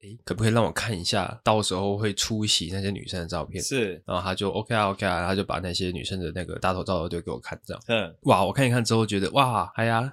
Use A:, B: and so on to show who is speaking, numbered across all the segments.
A: 诶，可不可以让我看一下，到时候会出席那些女生的照片？
B: 是，
A: 然后他就 OK 啊 OK 啊，他就把那些女生的那个大头照都丢给我看，这样
B: 嗯，
A: 哇，我看一看之后觉得哇，哎呀，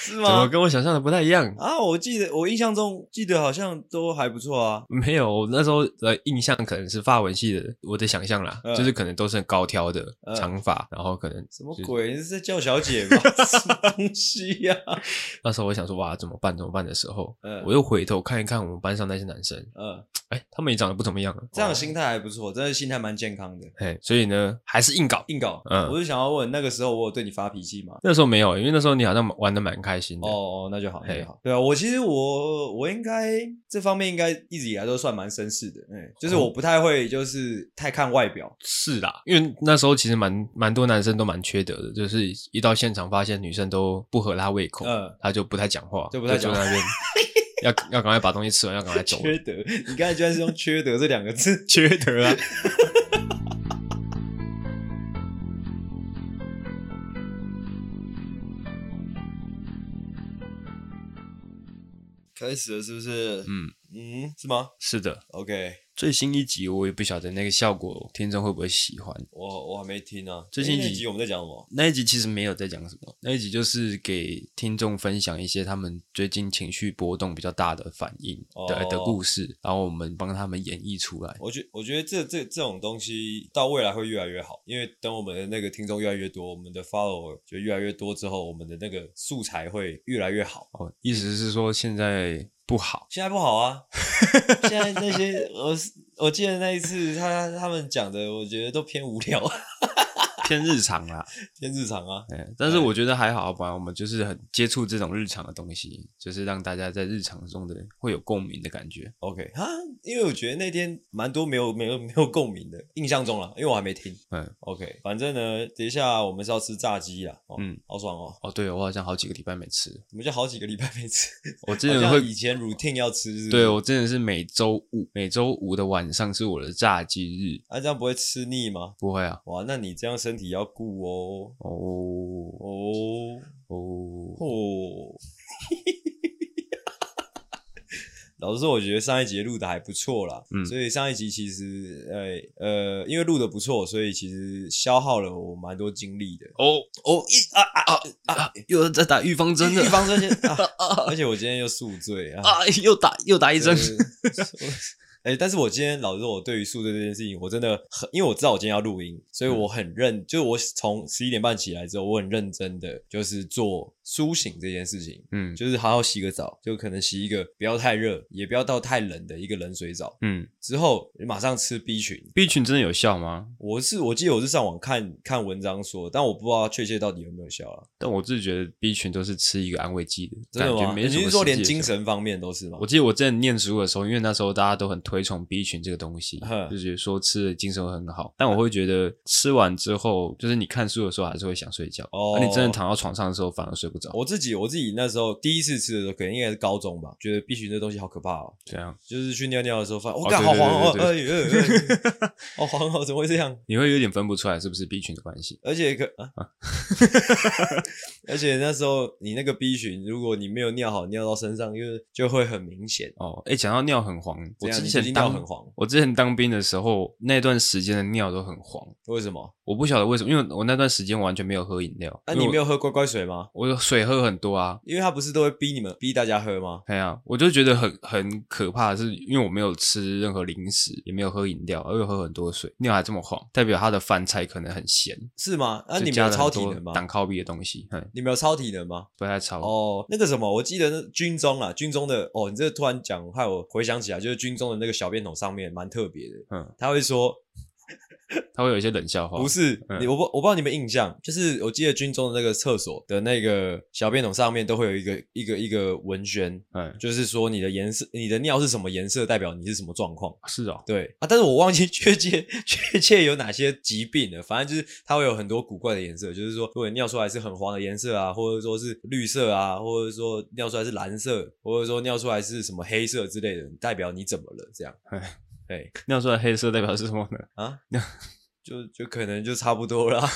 B: 是
A: 怎么
B: 吗？
A: 跟我想象的不太一样？
B: 啊，我记得，我印象中记得好像都还不错啊。
A: 没有，我那时候的印象可能是发文系的，我的想象啦，
B: 嗯
A: 就是可能都是很高挑的、
B: 嗯
A: 长发，然后可能
B: 什么
A: 就是
B: 鬼？你是在叫 小姐吗？什么东西呀、
A: 那时候我想说哇怎么办怎么办的时候，
B: 嗯
A: 我又回头看一看我们班上那些男生，
B: 嗯，
A: 哎，他们也长得不怎么样啊，
B: 这
A: 哦
B: 样的心态还不错，真的心态蛮健康的。
A: 哎，所以呢还是硬搞。
B: 硬搞，
A: 嗯
B: 我是想要问，那个时候我有对你发脾气吗？
A: 那时候没有，因为那时候你好像玩的蛮开心的。
B: 哦哦，那就好，那
A: 嘿
B: 就好。对啊，我其实我我应该这方面应该一直以来都算蛮绅士的，嗯，就是
A: 哦
B: 我不太会就是太看外表，
A: 是啦，因为那时候其实蛮蛮多男生都蛮缺德的，就是一到现场发现女生都不合他胃口，
B: 嗯
A: 他就不太讲话，
B: 就不太讲话
A: 坐在那边 要要赶快把东西吃完，要赶快走。
B: 缺德。你刚才居然是用缺德这两个 字，
A: 缺德啊！
B: 开始了是不是？
A: 嗯，
B: 嗯，是吗
A: 是的，
B: ？OK，
A: 最新一集我也不晓得那个效果听众会不会喜欢。
B: 我我还没听啊。
A: 最新一
B: 诶
A: 集
B: 那集我们在讲什么？
A: 那一集其实没有在讲什么，那一集就是给听众分享一些他们最近情绪波动比较大的反应的、
B: 哦
A: 的故事，然后我们帮他们演绎出来。
B: 我觉我觉得这这这种东西到未来会越来越好，因为等我们的那个听众越来越多，我们的 follower 就越来越多之后，我们的那个素材会越来越好。
A: 哦，意思是说现在不好，
B: 现在不 好啊，现在那些我是我记得那一次他他们讲的，我觉得都偏无聊，啊
A: 偏日常啦。
B: 偏日常啊。
A: 哎，但是我觉得还好吧，我们就是很接触这种日常的东西，就是让大家在日常中的会有共鸣的感觉。
B: OK 啊，因为我觉得那天蛮多没有没有没有共鸣的，印象中啦，因为我还没听。
A: 嗯，
B: OK，反正呢，等一下我们是要吃炸鸡啦。哦、
A: 嗯，
B: 好爽哦！
A: 哦，对，我好像好几个礼拜没吃，
B: 我们就好几个礼拜没 吃，
A: 我之
B: 好
A: 前
B: 像
A: 会
B: 以前 routine 要吃是不是
A: 对我真的是每周五，每周五的晚上是我的炸鸡日，
B: 啊，这样不会吃腻吗？
A: 不会啊，
B: 哇，那你这样身体要顾哦，
A: 哦
B: 哦
A: 哦，
B: 哦。 老实说，我觉得上一集录的还不错啦，
A: 嗯
B: 所以上一集其实，呃呃，因为录的不错，所以其实消耗了我蛮多精力的。
A: 哦
B: 哦，一啊啊
A: 啊，又在打预防针了
B: 预防针先啊，而且我今天又宿醉啊，
A: 啊，又打又打一针，
B: 对。 哎、但是我今天老实说，我对于宿醉这件事情，我真的很，因为我知道我今天要录音，所以我很认，就是我从十一点半起来之后，我很认真的就是做苏醒这件事情，
A: 嗯
B: 就是好好洗个澡，就可能洗一个不要太热，也不要到太冷的一个冷水澡，
A: 嗯
B: 之后马上吃 B 群。
A: ，B 群真的有效吗？
B: 我是我记得我是上网看看文章说，但我不知道确切到底有没有效啊，
A: 但我自己觉得 B 群都是吃一个安慰剂的，
B: 真的
A: 感觉
B: 吗？
A: 没什么
B: 你是说
A: 实际
B: 连
A: 的效
B: 精
A: 果
B: 神方面都是吗
A: 我？记得我之前念书的时候，因为那时候大家都很推崇 B 群这个东西
B: 哼，
A: 就是说吃了精神会很好。但我
B: 嗯
A: 会觉得吃完之后，就是你看书的时候还是会想睡觉，
B: 哦
A: 而你真的躺到床上的时候反而睡不着。
B: 我自己我自己那时候第一次吃的时候，可能应该是高中吧，觉得 B 群这东西好可怕哦，
A: 这样
B: 就是去尿尿的时候发现，我
A: 哦
B: 干、
A: 对
B: 好
A: 对
B: 黄哦，哎
A: 对
B: 哎哎，哎好黄哦，怎么会这样？
A: 你会有点分不出来是不是 B 群的关系。
B: 而且可啊， 而且那时候你那个 B 群，如果你没有尿好，尿到身上，就是就会很明显。
A: 哦，哎，讲到尿很黄，我
B: 这样
A: 之
B: 你
A: 前
B: 一定尿
A: 当
B: 很黄，
A: 我之前当兵的时候，那段时间的尿都很黄，
B: 为什么？
A: 我不晓得为什么，因为我那段时间完全没有喝饮料。
B: 那、
A: 因为
B: 啊你
A: 我
B: 没有喝乖乖水吗？
A: 我水喝很多啊，
B: 因为他不是都会逼你们逼大家喝吗？
A: 哎呀，我就觉得很很可怕，是因为我没有吃任何零食，也没有喝饮料，而又喝很多水，尿还这么黄，代表他的饭菜可能很咸。
B: 是吗？那、
A: 就
B: 啊你们
A: 加
B: 有
A: 了
B: 超
A: 很
B: 体
A: 多
B: 能吗？
A: 挡靠壁的东西，哎，
B: 你们有超体能吗？
A: 不太超。
B: 哦，那个什么，我记得那军中啊，军中的哦，你这个突然讲，害我回想起来，就是军中的那个小便桶上面蛮特别的，
A: 嗯，
B: 他会说
A: 他会有一些冷笑话。
B: 不是，
A: 嗯
B: 你我不我不知道你们印象，就是我记得军中的那个厕所的那个小便桶上面都会有一个一个一个文宣，
A: 哎，
B: 就是说你的颜色，你的尿是什么颜色，代表你是什么状况。
A: 是哦，
B: 对啊，但是我忘记 确切确切有哪些疾病了。反正就是它会有很多古怪的颜色，就是说，如果你尿出来是很黄的颜色啊，或者说是绿色啊，或者说尿出来是蓝色，或者说尿出来是什么黑色之类的，代表你怎么了？这样
A: 哎，
B: 对
A: 尿出来黑色代表是什么呢？
B: 啊，就就可能就差不多啦。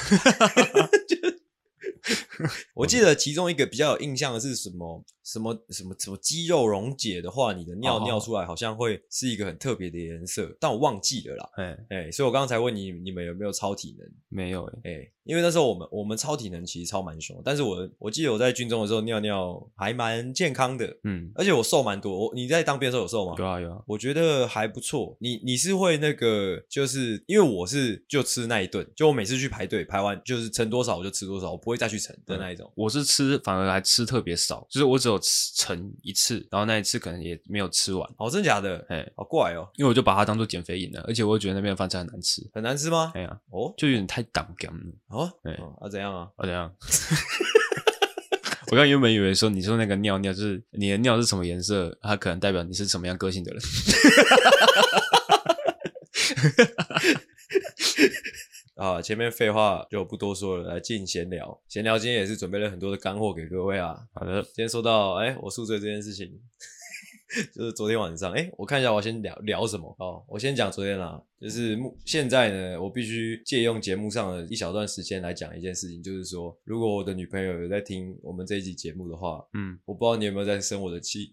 B: 我记得其中一个比较有印象的是什么什么什么什么肌肉溶解的话，你的尿
A: 哦
B: 尿出来好像会是一个很特别的颜色，但我忘记了啦。
A: 哎，
B: 哎、所以我刚才问你，你们有没有超体能？
A: 没有哎，
B: 哎、因为那时候我们我们超体能其实超蛮凶的，但是我我记得我在军中的时候尿尿还蛮健康的，
A: 嗯，
B: 而且我瘦蛮多。我你在当兵的时候有瘦吗？
A: 有啊有啊，
B: 我觉得还不错。你你是会那个，就是因为我是就吃那一顿，就我每次去排队排完就是盛多少我就吃多少，我不会再去盛
A: 嗯
B: 的那一种。
A: 我是吃反而还吃特别少，就是我只有吃盛一次，然后那一次可能也没有吃完，
B: 哦，真假的？
A: 哎，
B: 好怪哦，
A: 因为我就把它当做减肥饮了，而且我又觉得那边的饭菜很难吃，
B: 很难吃吗？
A: 哎呀，
B: 哦
A: 就有点太挡干了。
B: 哦
A: 哎
B: 哦啊，怎样啊？
A: 哦，怎样？ 我刚原本以为说你说那个尿尿就是你的尿是什么颜色，它可能代表你是什么样个性的人。
B: 啊，前面废话就不多说了，来进闲聊。闲聊今天也是准备了很多的干货给各位啊。
A: 好的，
B: 今天说到，哎、我宿醉这件事情， 就是昨天晚上，哎、我看一下我先聊聊什么哦。我先讲昨天啦，就是目现在呢，我必须借用节目上的一小段时间来讲一件事情，就是说，如果我的女朋友有在听我们这一集节目的话，
A: 嗯，
B: 我不知道你有没有在生我 的气。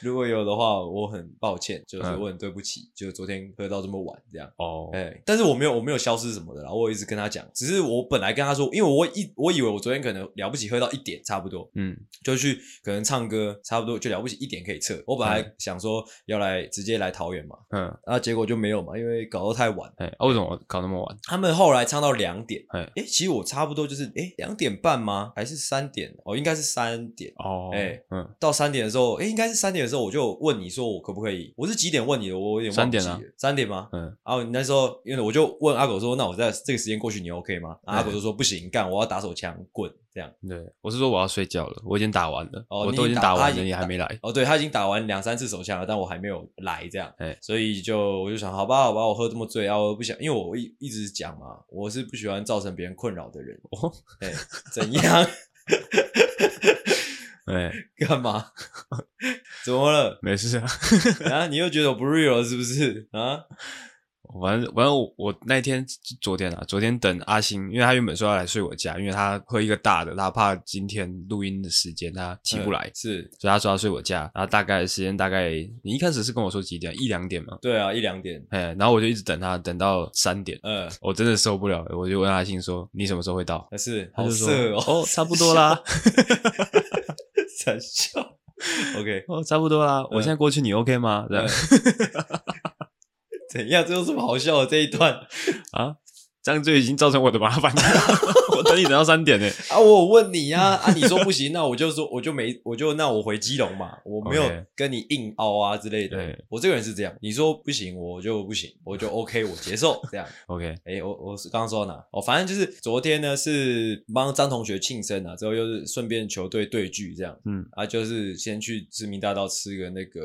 B: 如果有的话，我很抱歉，就是
A: 嗯
B: 我很对不起，就是昨天喝到这么晚这样。
A: 哦，
B: 哎、但是我没有我没有消失什么的啦，我有一直跟他讲，只是我本来跟他说，因为我一我以为我昨天可能了不起喝到一点差不多，
A: 嗯，
B: 就去可能唱歌差不多就了不起一点可以撤，我本来想说要来直接来桃园嘛，
A: 嗯，
B: 啊结果就没有嘛，因为搞到太晚，
A: 哎、啊为什么搞那么晚？
B: 他们后来唱到两点，哎
A: 哎、
B: 其实我差不多就是哎两、点半吗？还是三点？哦，应该是三点。
A: 哦，
B: 哎
A: 嗯，
B: 到三点的时候，哎、应该是三点的时候，我就问你说我可不可以？我是几点问你的？我有点忘记了。
A: 三点啊
B: 三点吗？
A: 嗯，
B: 然后你那时候，因为我就问阿狗说：“那我在这个时间过去，你 OK 吗？”啊
A: 嗯
B: 阿狗就说：“不行，干，我要打手枪，滚！”这样。
A: 对，我是说我要睡觉了，我已经打完了，
B: 哦
A: 我
B: 你
A: 都
B: 已
A: 已
B: 经
A: 经
B: 打
A: 打
B: 他
A: 完
B: 已
A: 了，
B: 经
A: 你还
B: 打
A: 没来。
B: 哦，对他已经打完两三次手枪了，但我还没有来，这样。
A: 哎
B: 所以就我就想，好吧，好吧，我喝这么醉啊，我不想，因为我一一直讲嘛，我是不喜欢造成别人困扰的人。
A: 哦，
B: 哎，怎样？
A: 哎、
B: 干嘛？ 怎么了？
A: 没事啊，
B: 啊，你又觉得我不 real 了是不是？啊，
A: 反正反正我我那天昨天啊，昨天等阿星，因为他原本说要来睡我家，因为他喝一个大的，他怕今天录音的时间他起不来，
B: 嗯是
A: 所以他说要睡我家，然后大概时间大概你一开始是跟我说几点，一两点嘛，
B: 对啊，一两点，
A: 哎，然后我就一直等他，等到三点，
B: 呃，
A: 我真的受不了了，我就问阿信说你什么时候会到？
B: 但是
A: 他
B: 好
A: 就说
B: 色哦，
A: 哦，差不多啦，
B: 三笑。OK，
A: 哦，差不多啦，
B: 嗯
A: 我现在过去你 OK 吗？这样
B: 怎样？这有什么好笑的这一段
A: 啊，这样就已经造成我的麻烦了， 我等你等到三点呢。
B: 啊？我有问你啊，啊，你说不行，那我就说我就没我就那我回基隆嘛，我没有
A: OK
B: 跟你硬凹啊之类的
A: 对。
B: 我这个人是这样，你说不行我就不行，我就 OK，我接受这样。
A: OK，
B: 哎、我我是刚刚说到哪？哦，反正就是昨天呢是帮张同学庆生啊，之后又是顺便球队对聚这样。
A: 嗯
B: 啊，就是先去知名大道吃个那个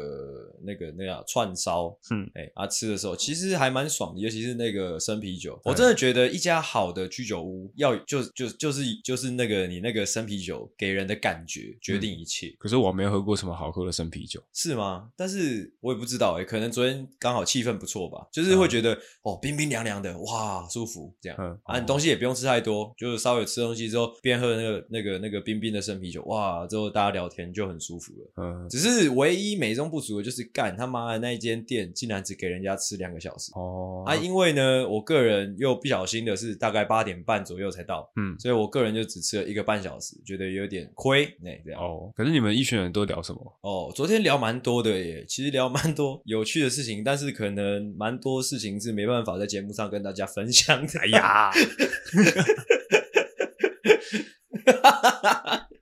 B: 那个那个串烧，
A: 嗯，
B: 哎、啊吃的时候其实还蛮爽的，尤其是那个生啤酒，我真的觉得一家好的居酒屋要就就就是就是那个你那个生啤酒给人的感觉决定一切，
A: 可是我没有喝过什么好喝的生啤酒，
B: 是吗？但是我也不知道哎、可能昨天刚好气氛不错吧，就是会觉得、哦冰冰凉凉的，哇舒服这样。
A: 嗯
B: 啊，你东西也不用吃太多，就是稍微吃东西之后，边喝那个那个那个冰冰的生啤酒，哇，之后大家聊天就很舒服了。
A: 嗯，
B: 只是唯一美中不足的就是，干他妈的那一间店竟然只给人家吃两个小时。
A: 哦，
B: 啊，因为呢，我个人又不小心的是大概八点半左右才到，
A: 嗯
B: 所以我个人就只吃了一个半小时，觉得有点亏，那、这样。
A: 哦，可是你们一群人都聊什 么？
B: 哦，昨天聊蛮多的耶，其实聊蛮多有趣的事情，但是可能蛮多事情是没办法在节目上跟大家分享的。哎
A: 呀，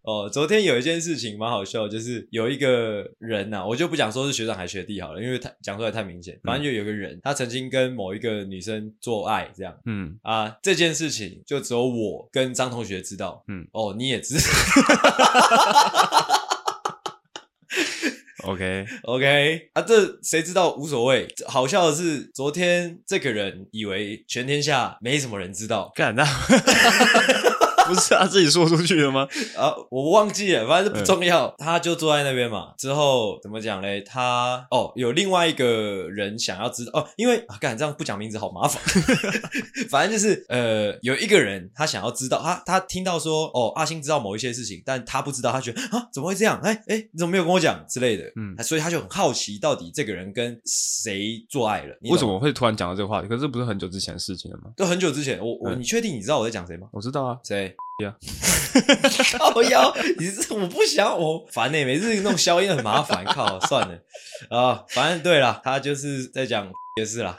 B: 哦，昨天有一件事情蛮好笑的，就是有一个人呐、我就不讲说是学长还是学弟好了，因为太讲出来太明显。反正就有一个人，他曾经跟某一个女生做爱这样
A: 嗯，
B: 啊，这件事情就只有我跟张同学知道，
A: 嗯，
B: 哦，你也知
A: OK，
B: ，OK 啊，这谁知道无所谓。好笑的是，昨 天这个人以为全天下没什么人知道，
A: 干那 不是他自己说出去的吗？
B: 啊，我忘记了，反正
A: 嗯
B: 这不重要。他就坐在那边嘛。之后怎么讲嘞？他哦，有另外一个人想要知道哦，因为啊，干这样不讲名字好麻烦。 反正就是呃，有一个人他想要知道，他他听到说哦，阿星知道某一些事情，但他不知道，他觉得啊，怎么会这样？哎哎，你怎么没有跟我讲之类的？
A: 嗯
B: 嗯，所以他就很好奇，到底这个人跟谁做爱了？你懂
A: 为什？么会突然讲到这个话题？可是这不是很久之前的事情了吗？
B: 就很久之前，我我、
A: 嗯
B: 你确定你知道我在讲谁吗？
A: 我知道啊，
B: 谁
A: 呀？
B: 靠腰，你是我不想我烦呢、每次弄消音很麻烦，靠，算了 啊、反正对了，他就是在讲 也是啦。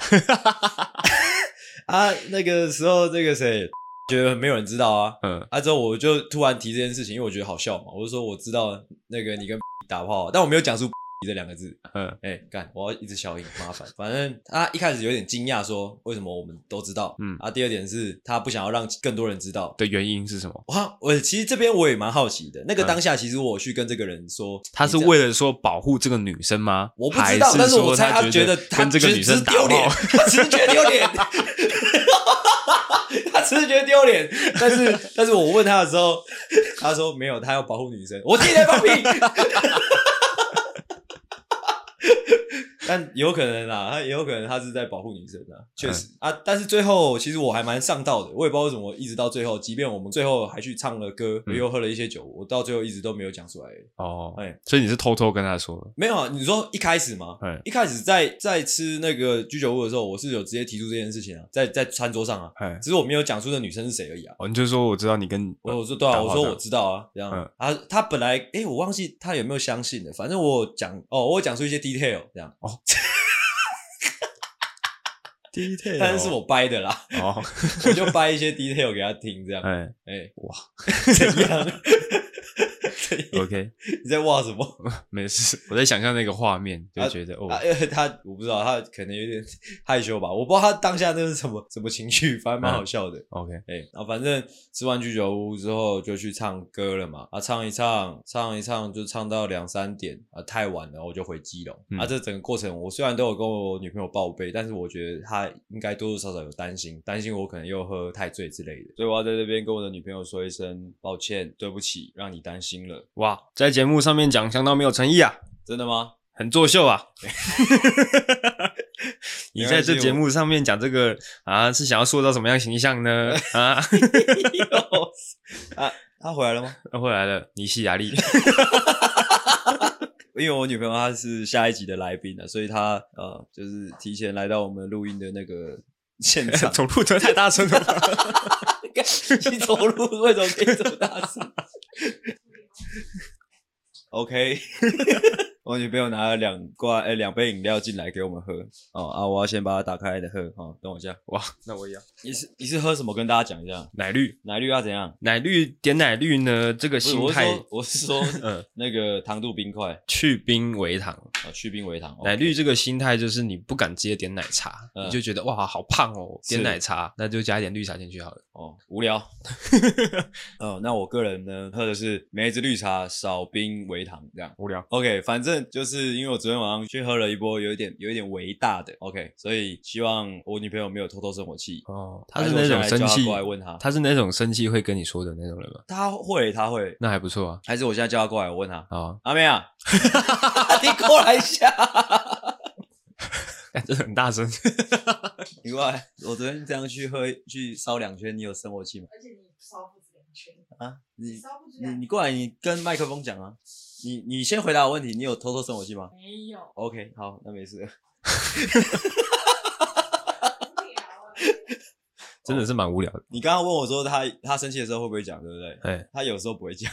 B: 啊，那个时候那个谁， 觉得没有人知道啊。
A: 嗯，
B: 啊，之后我就突然提这件事情，因为我觉得好笑嘛，我就说我知道那个你跟 打炮，啊但我没有讲出这两个字。
A: 嗯
B: 哎、干！我要一直消音，麻烦。 反正他一开始有点惊讶，说为什么我们都知道。
A: 嗯
B: 啊，第二点是他不想要让更多人知道。
A: 的原因是什么？
B: 哇，我其实这边我也蛮好奇的。那个
A: 嗯
B: 当下，其实我去跟这个人说，
A: 他是
B: 你这样
A: 为了说保护这个女生吗？
B: 我不
A: 还
B: 知道，但是
A: 说
B: 我猜
A: 他
B: 觉得他
A: 跟这个
B: 觉得
A: 女
B: 只
A: 生
B: 是
A: 打
B: 丢脸，
A: 炮，
B: 他只是觉得丢脸，他只是觉得丢脸。但是，但是我问他的时候，他说没有，他要保护女生。我听你在放屁。但有可能啊，他也有可能他是在保护女生啊，确实、啊。但是最后其实我还蛮上道的，我也不知道为什么一直到最后，即便我们最后还去唱了歌，
A: 嗯
B: 又喝了一些酒，我到最后一直都没有讲出来。
A: 哦
B: 哎，
A: 所以你是偷偷跟他说 的，
B: 没有啊，你说一开始吗？
A: 哎
B: 一开始在在吃那个居酒屋的时候，我是有直接提出这件事情啊，在在餐桌上啊，
A: 哎，
B: 只是我没有讲出那女生是谁而已啊。
A: 哦，你就说我知道你跟
B: 我我说对啊，
A: 呃打炮
B: 我说
A: 的
B: 我知道啊，这样、
A: 嗯
B: 啊，他本来诶，我忘记他有没有相信了，反正我有讲哦，我有讲出一些 detail 这样，
A: 哦 第一天
B: 但是是我掰的 啦，
A: 哦，
B: 我就掰一些 detail 给他听这样，哎、
A: 哎哇
B: 怎样？怎样？
A: ，OK，
B: 你在哇什么？
A: 没事，我在想象那个画面，就觉得哦，
B: 啊，因 为他我不知道，他可能有点 害羞吧，我不知道他当下那是什么什么情绪， 反正
A: 嗯
B: 蛮好笑的。
A: OK，
B: 哎、然后反正吃完居酒屋之后就去唱歌了嘛，啊，唱一唱，唱一唱，就唱到两三点啊，太晚了，我就回基隆。
A: 嗯
B: 啊，这整个过程我虽然都有跟我女朋友报备，但是我觉得她应该多多少少有担心，担心我可能又喝太醉之类的，所以我要在这边跟我的女朋友说一声抱歉，对不起，让你担心了。
A: 哇，在节目上面讲相当没有诚意啊，
B: 真的吗？
A: 很作秀 啊！
B: 没
A: 你
B: 关系
A: 在这节目上面讲这个啊，是想要塑造什么样形象呢？啊，
B: 啊，她回来了吗？
A: 回来了，尼西亚 利，
B: 因为我女朋友她是下一集的来宾啊，所以她呃，就是提前来到我们录音的那个现 场。
A: 走路得太大声 了吧？
B: 你走路为什么可以这么大声？OK，我女朋友拿了两罐哎两、杯饮料进来给我们喝哦啊，我要先把它打开来喝哦，等我一下。
A: 哇，那我也要
B: 你是你是喝什么？跟大家讲一下，
A: 奶绿，
B: 奶绿要怎样？
A: 奶绿点奶绿呢？这个
B: 不是，
A: 心
B: 我是
A: 态
B: 说，我是 说
A: 嗯，
B: 那个糖度冰块
A: 去冰为糖。
B: 啊，去冰为糖。
A: 奶
B: OK
A: 绿这个心态就是你不敢直接点奶茶，
B: 嗯
A: 你就觉得哇好胖哦，
B: 是
A: 点奶茶那就加一点绿茶进去好了。
B: 哦，无聊。 哦，那我个人呢，喝的是梅子绿茶，少冰微糖这样。
A: 无聊，
B: OK，反正就是因为我昨天晚上去喝了一波，有一点有一点微大的 OK，所以希望我女朋友没有偷偷生我气。
A: 哦，他是
B: 还我
A: 那
B: 现
A: 种
B: 在
A: 生
B: 叫她
A: 气，
B: 过来问她，
A: 他是那种生气会跟你说的那种人吗？
B: 她会，她会，
A: 那还不错啊，
B: 还是我现在叫她过来，我问她，
A: 好啊，
B: 阿妹啊， 你过来一下，
A: 感觉很大声。
B: 你过来。我昨天这样去喝去烧两圈，你有生我气吗？
C: 而且你烧不止两圈，
B: 啊，你
C: 烧不止
B: 你
C: 两
B: 你过来，你跟麦克风讲啊，你你先回答我问题，你有偷偷生我气吗，
C: 没有
B: ？OK，好， 那没事。
C: 无聊啊。
A: 真的是蛮无聊的。
B: 你刚刚问我说他他生气的时候会不会讲，对不对？
A: 哎，
B: 他有时候不会讲。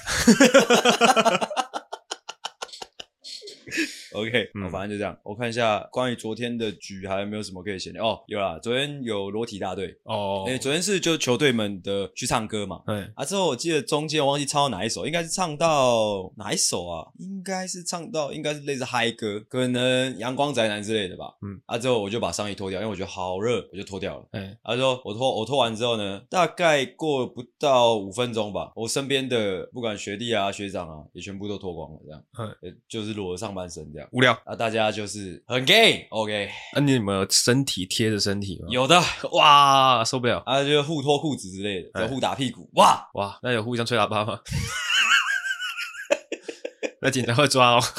B: OK，、
A: 嗯
B: 好反正就这样。我看一下关于昨天的局还有没有什么可以闲聊。哦，有啦，昨天有裸体大队，
A: 哦
B: 因为昨天是就球队们的去唱歌嘛。
A: 哎，
B: 啊，之后我记得中间我忘记唱到哪一首，应该是唱到哪一首啊？应该是唱到，应该是类似嗨歌，可能阳光宅男之类的吧。
A: 嗯，
B: 啊，之后我就把上衣脱掉，因为我觉得好热，我就脱掉了。
A: 哎，
B: 他说我脱我脱完之后呢，大概过不到五分钟吧，我身边的不管学弟啊学长啊，也全部都脱光了，这样，
A: 嗯
B: 呃，就是裸着上半身这样。
A: 无聊。
B: 那大家就是很 gay，OK，、
A: 那、你有没有身体贴着身体吗？
B: 有的
A: 哇，受不了
B: 啊，就互脱裤子之类的，
A: 哎
B: 就互打屁股，哇，
A: 哇！那有互相吹喇叭 吗？那警察会 抓哦。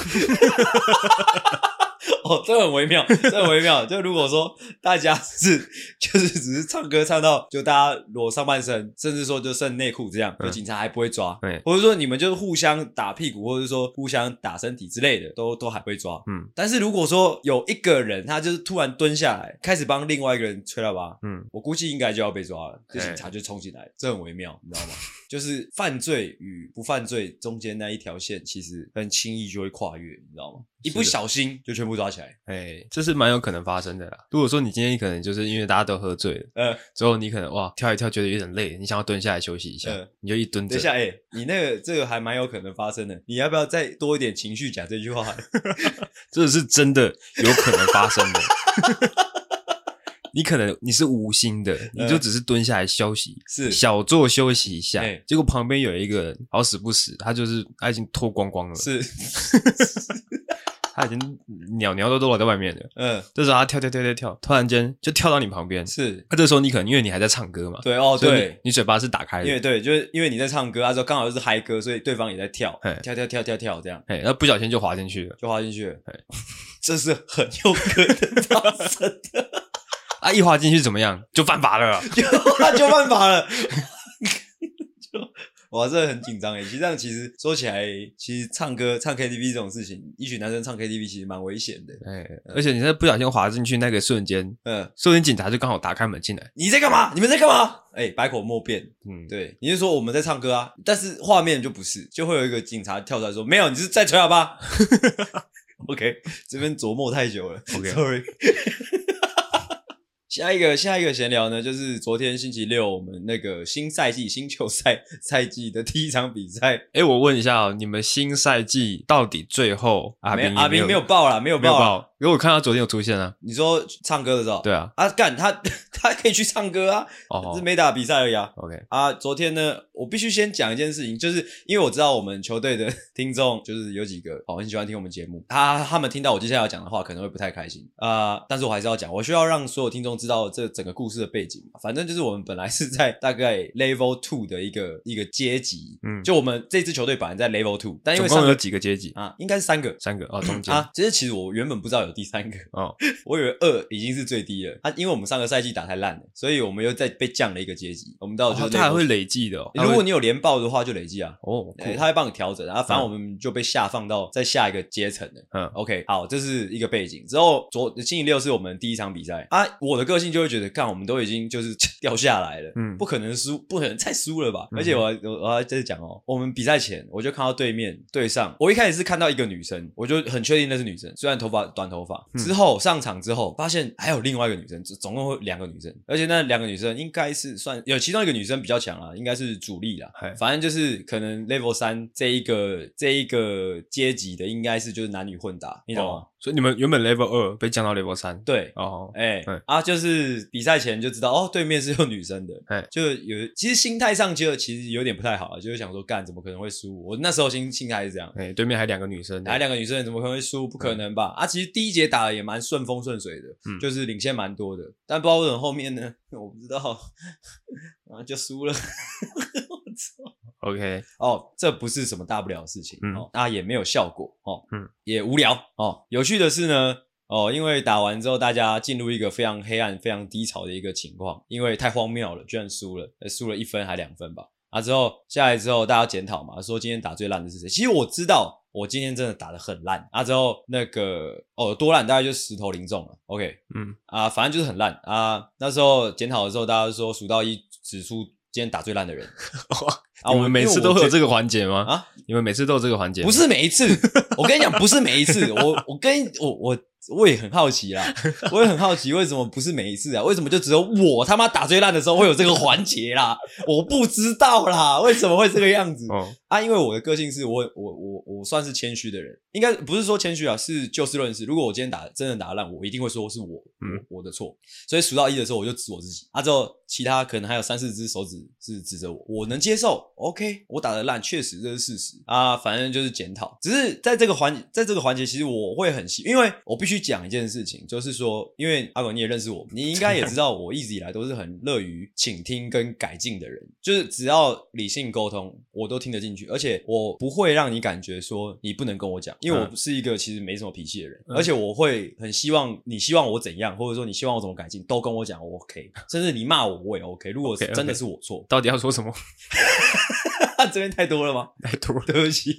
B: 哦，这很微妙，这很微妙。就如果说大家是就是只是唱歌唱到就大家裸上半身，甚至说就剩内裤这样，
A: 嗯
B: 就警察还不会抓，
A: 对
B: 或者说你们就是互相打屁股，或者说互相打身体之类的，都都还会抓。
A: 嗯
B: 但是如果说有一个人他就是突然蹲下来，开始帮另外一个人吹喇叭，
A: 嗯，
B: 我估计应该就要被抓了，这
A: 哎
B: 警察就冲进来，这很微妙，你知道吗？ 就是犯罪与不犯罪中间那一条线，其实很轻易就会跨越，你知道吗？一不
A: 是的
B: 小心就全部抓起来。
A: 哎、这是蛮有可能发生的啦。如果说你今天可能就是因为大家都喝醉了，
B: 呃，
A: 之后你可能哇跳一跳觉得有点累，你想要蹲下来休息一下，
B: 嗯
A: 你就一蹲着
B: 等一。下，哎、你那个这个还蛮有可能发生的，你要不要再多一点情绪讲这句话？
A: 这是真的有可能发生的。你可能你是无心的，你就只是蹲下来休息，
B: 嗯是
A: 小坐休息一下
B: 哎。
A: 结果旁边有一个人好死不死，他就是他已经脱光光了，
B: 是，
A: 他已经鸟鸟都都老在外面了。
B: 嗯，
A: 这时候他跳跳跳跳跳，突然间就跳到你旁边。
B: 是，
A: 那、这时候你可能因为你还在唱歌嘛，
B: 对哦，
A: 所以你
B: 对，
A: 你嘴巴是打开
B: 因
A: 的，
B: 为对，就是因为你在唱歌，啊，之后刚好又是嗨歌，所以对方也在跳
A: 嘿，
B: 跳跳跳跳跳，这样
A: 哎，那不小心就滑进去了。
B: 就滑进去了
A: 嘿，
B: 这是很有可能发生的，
A: 啊，一滑进去怎么样？就犯法 了。
B: 就那就犯法了。 就哇，这很紧张哎！其实这样，其实说起来，其实唱歌、唱 KTV 这种事情，一群男生唱 KTV 其实蛮危险的。
A: 哎，而且你在不小心滑进去那个瞬间，
B: 嗯，
A: 瞬间警察就刚好打开门进来。
B: 你在干嘛？你们在干嘛？哎、百口莫辩。
A: 嗯，
B: 对，你是说我们在唱歌啊？但是画面就不是，就会有一个警察跳出来说：“没有，你是在吹喇叭。”OK，这边琢磨太久了
A: OK
B: ，Sorry。下一个下一个闲聊呢，就是昨天星期六我们那个新赛季新球赛赛季的第一场比赛，
A: 哎，我问一下哦，你们新赛季到底最后阿
B: 没
A: 斌
B: 阿
A: 斌
B: 斌没有爆啦，没有
A: 没有
B: 爆啦。
A: 报？因为我看到昨天有出现啊。
B: 你说唱歌的时候，
A: 对啊，
B: 啊，干他 他可以去唱歌啊，
A: 哦
B: 只是没打比赛而已啊。
A: ，OK，
B: 啊，昨天呢，我必须先讲一件事情，就是因为我知道我们球队的 听众就是有几个哦，很喜欢听我们节目，他他们听到我接下来要讲的话，可能会不太开心啊、呃但是我还是要讲，我需要让所有听众知道这整个故事的背景嘛。反正就是我们本来是在大概 Level Two 的一个一个阶级，
A: 嗯
B: 就我们这支球队本来在 Level Two，但因
A: 总
B: 为上
A: 共
B: 个
A: 有几个阶级？
B: 啊，应该是三个。
A: 三个哦，中间
B: 啊，其实其实我原本不知道有第三个，
A: 哦，
B: 我以为二已经是最低了。啊，因为我们上个赛季打太烂了，所以我们又再被降了一个阶级。我们到
A: 哦
B: 就是
A: 它还
B: Level
A: 会累计的哦。
B: 啊如果你有连报的话，就累积啊，
A: 哦，
B: 欸
A: 酷
B: 他会帮你调整，然后反正
A: 嗯
B: 我们就被下放到在下一个阶层了。
A: 嗯
B: OK，好，这是一个背景。之后昨星期六是我们第一场比赛啊，我的个性就会觉得，看我们都已经就是 掉下来了，
A: 嗯
B: 不可能输，不可能再输了吧？
A: 嗯
B: 而且我还我我还在讲哦，我们比赛前我就看到对面对上，我一开始是看到一个女生，我就很确定那是女生，虽然头发短头发。
A: 嗯
B: 之后上场之后，发现还有另外一个女生，总总共会有两个女生，而且那两个女生应该是算有其中一个女生比较强啊，应该是主力啦
A: 嗨，
B: 反正就是可能 level 三这一个这一个阶级的，应该是就是男女混打，你懂吗？
A: 哦所以你们原本 Level 二被降到 Level 三。
B: 对，
A: 哦，
B: 哎、
A: 嗯
B: 啊，就是比赛前就知道哦，对面是有女生的，
A: 哎
B: 就有其实心态上就其实有点不太好啊，就是想说干怎么可能会输？我那时候心心态是这样，
A: 哎，对面还两个女生呢，
B: 来两个女生怎么可能会输？不可能吧？啊，其实第一节打的也蛮顺风顺水的，
A: 嗯
B: 就是领先蛮多的，但不知道为什么后面呢， 我不知道，啊就输了。
A: OK，
B: 哦，这不是什么大不了的事情、
A: 嗯
B: 哦，那也没有效果哦，
A: 嗯，
B: 也无聊哦。有趣的是呢，哦，因为打完之后大家进入一个非常黑暗、非常低潮的一个情况，因为太荒谬了，居然输了，呃输了一分还两分吧。啊，之后下来之后，大家检讨嘛，说今天打最烂的是谁？其实我知道，我今天真的打得很烂。啊，之后那个哦，多烂，大概就十投零中了。OK，
A: 嗯，
B: 啊，反正就是很烂啊。那时候检讨的时候，大家说数到一，指出今天打最烂的人。啊，
A: 你
B: 我
A: 们每次都会有这个环节吗？
B: 啊，
A: 你们每次都有这个环节吗？
B: 不是每一次，我跟你讲，不是每一次。我我跟你我我我也很好奇啦，我也很好奇为什么不是每一次啊？为什么就只有我他妈打最烂的时候会有这个环节啦？我不知道啦，为什么会这个样子
A: 哦，
B: 啊？因为我的个性是我我我我算是谦虚的人，应该不是说谦虚啊，是就事论事。如果我今天打真的打烂，我一定会说是我、
A: 嗯
B: 我我的错。所以数到一的时候，我就指我自己啊，之后其他可能还有三四只手指是指责我，我能接受，OK，我打的烂，确实这是事实啊，反正就是检讨。只是在这个环，在这个环节，其实我会很细，因为我必须讲一件事情，就是说，因为阿狗你也认识我，你应该也知道，我一直以来都是很乐于倾听跟改进的人，就是只要理性沟通，我都听得进去，而且我不会让你感觉说你不能跟我讲，因为我
A: 嗯
B: 是一个其实没什么脾气的人，
A: 嗯
B: 而且我会很希望你希望我怎样，或者说你希望我怎么改进，都跟我讲，我 OK，甚至你骂我我也 OK，如果是
A: OK，OK
B: 真的是我错。
A: 到底要说什么？
B: 这边太多了吗？
A: 太 多了。
B: 对不起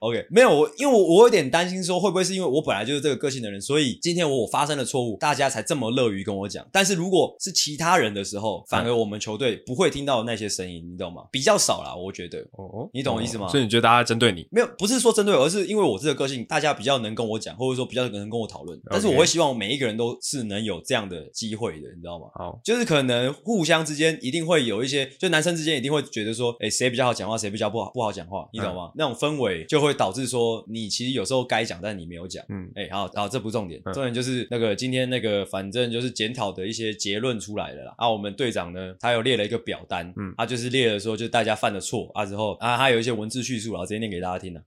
B: ，OK，没有我，因为我我有点担心说会不会是因为我本来就是这个个性的人，所以今天我我发生了错误，大家才这么乐于跟我讲。但是如果是其他人的时候，反而我们球队不会听到那些声音，你懂吗？比较少啦，我觉得。
A: 哦，
B: 你懂我意思吗
A: 哦所以你觉得大家针对你？
B: 没有，不是说针对我，而是因为我这个个性，大家比较能跟我讲，或者说比较能跟我讨论。但是我会希望每一个人都是能有这样的机会的，你知道吗？
A: 好，
B: 就是可能互相之间一定会有一些，就男生之间一定会觉得说，哎、谁比较好讲话，谁比较不好不好讲话，你
A: 嗯
B: 懂吗？那种氛围就会导致说，你其实有时候该讲，但你没有讲。
A: 嗯，
B: 哎、好好，这不重点，
A: 嗯
B: 重点就是那个今天那个，反正就是检讨的一些结论出来了啦。啊，我们队长呢，他有列了一个表单，嗯
A: 嗯，
B: 他就是列了说，就是大家犯的错啊之后啊，他有一些文字叙述啦，然后直接念给大家听了。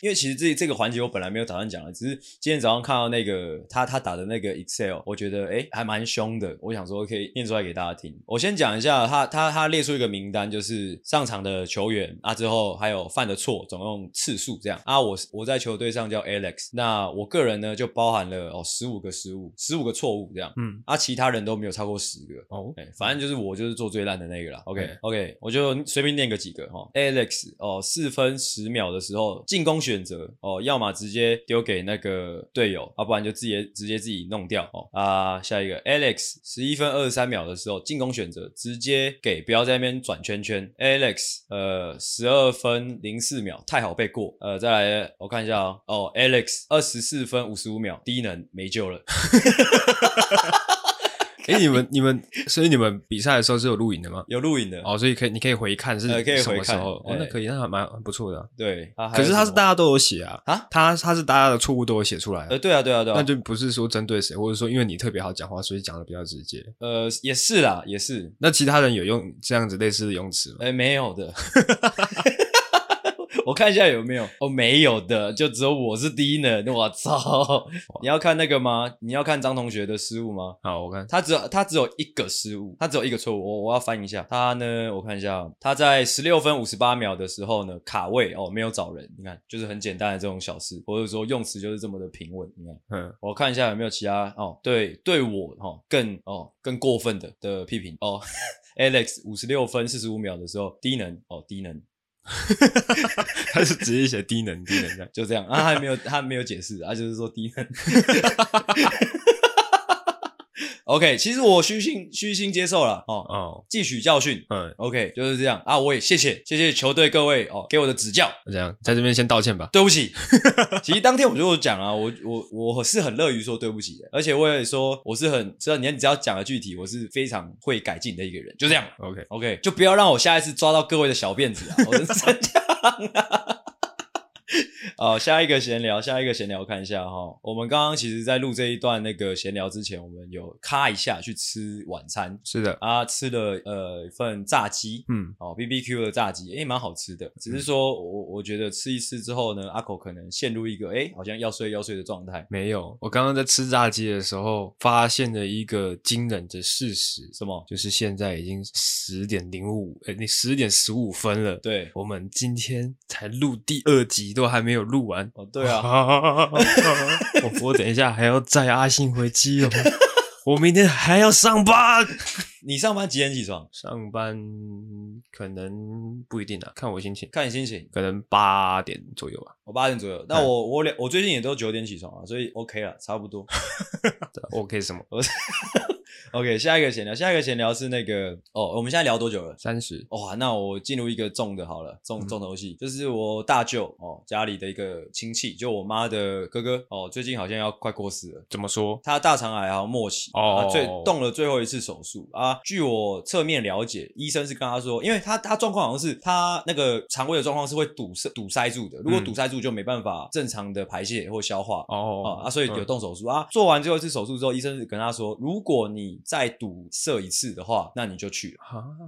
B: 因为其实这这个环节我本来没有打算讲的，只是今天早上看到那个他他打的那个 Excel，我觉得诶还蛮凶的，我想说可以念出来给大家听。我先讲一下，他他他列出一个名单，就是上场的球员啊，之后还有犯的错，总共次数这样啊。我我在球队上叫 Alex，那我个人呢就包含了哦十五个失误，十五个错误这样
A: 嗯，
B: 啊，其他人都没有超过十个。
A: 哦，
B: 哎、反正就是我就是做最烂的那个啦。OK、
A: 嗯
B: OK，我就随便念个几个哈。Alex 哦，四分十秒的时候进攻选择哦，要么直接丢给那个队友，啊要、不然就自己直接自己弄掉哦。啊，下一个 Alex 十一分二十三秒的时候进攻选择直接给，不要在那边转圈圈。Alex 呃十二分零四秒太好被过。呃，再来我看一下哦哦，Alex 二十四分五十五秒低能没救了。
A: 哎，你们你们，所以你们比赛的时候是有录影的吗？
B: 有录影的，
A: 哦，所以可以，你可以回看是
B: 呃可以
A: 什
B: 回
A: 么时
B: 看
A: 候？哦，那
B: 哎
A: 可以，那还蛮不错的啊。
B: 对，啊还
A: 可
B: 有
A: 是他
B: 什
A: 是
B: 么
A: 大家都有写啊，
B: 啊
A: 他他是大家的错误都有写出来啊，
B: 呃，对啊，对啊，对啊，
A: 那就不是说针对谁，或者说因为你特别好讲话，所以讲的比较直接。
B: 呃，也是啦，也是，
A: 那其他人有用这样子类似的用词吗？
B: 哎、没有的， 我看一下有没有，哦，没有的，就只有我是低能，我操！你要看那个吗？你要看张同学的失误吗？
A: 好，我看
B: 他只有他只有一个失误，他只有一个错误。我我要翻一下，他呢，我看一下，哦他在十六分五十八秒的时候呢，卡位哦，没有找人，你看，就是很简单的这种小事，或者说用词就是这么的平稳，你看。
A: 嗯，
B: 我看一下有没有其他哦，对对我哦更哦更过分的的批评哦。Alex 五十六分四十五秒的时候，低能哦低能，
A: 他是直接写低能低能这样。
B: 就这样啊，他还没有他还没有解释啊，就是说低能。OK，其实我虚心虚心接受了哦，
A: 哦，
B: 汲取教训。
A: 嗯，
B: OK，就是这样啊，我也谢谢谢谢球队各位哦给我的指教。
A: 那这样在这边先道歉吧。
B: 对不起， 其实当天我就有讲啊，我我我是很乐于说对不起的，而且我也说我是很知道你，你只要讲的具体，我是非常会改进的一个人，就这样。
A: OK，
B: OK，就不要让我下一次抓到各位的小辫子啊！我是真这样 啊。哦，下一个闲聊，下一个闲聊，看一下哈、我们刚刚其实，在录这一段那个闲聊之前，我们有咔一下去吃晚餐
A: 是的，
B: 啊，吃了呃一份炸鸡，
A: 嗯，
B: 哦，B B Q 的炸鸡，诶，蛮好吃的。只是说我我觉得吃一吃之后呢，阿口可能陷入一个诶，好像要睡要睡的状态。
A: 没有。我刚刚在吃炸鸡的时候，发现了一个惊人的事实，
B: 什么？
A: 就是现在已经十点零五，哎，你十点十五分了。
B: 对，
A: 我们今天才录第二集，都还没有录完。
B: 哦，对啊，
A: 我我等一下还要载阿信回基隆，我明天还要上班。
B: 你上班几点起床？
A: 上班可能不一定啊，看我心情，
B: 看你心情。
A: 可能八点左右吧。
B: 我八点左右，
A: 嗯
B: 那我我两我最近也都九点起床啊，所以 OK 了，差不多。
A: 对啊 OK，什么
B: OK，下一个闲聊，下一个闲聊是那个哦，我们现在聊多久了？
A: 三十？
B: 哇，那我进入一个重的好了，重
A: 嗯
B: 重头戏，就是我大舅哦家里的一个亲戚，就我妈的哥哥哦，最近好像要快过世了。
A: 怎么说？
B: 他大肠癌好像末期，
A: 哦
B: 啊，最动了最后一次手术啊。据我侧面了解，医生是跟他说，因为他他状况好像是他那个肠胃的状况是会堵塞堵塞住的，如果
A: 嗯
B: 堵塞住就没办法正常的排泄或消化。
A: 哦
B: 哦啊，所以有
A: 嗯
B: 动手术、啊。做完最后一次手术之后，医生跟他说，如果你你再堵塞一次的话，那你就去了。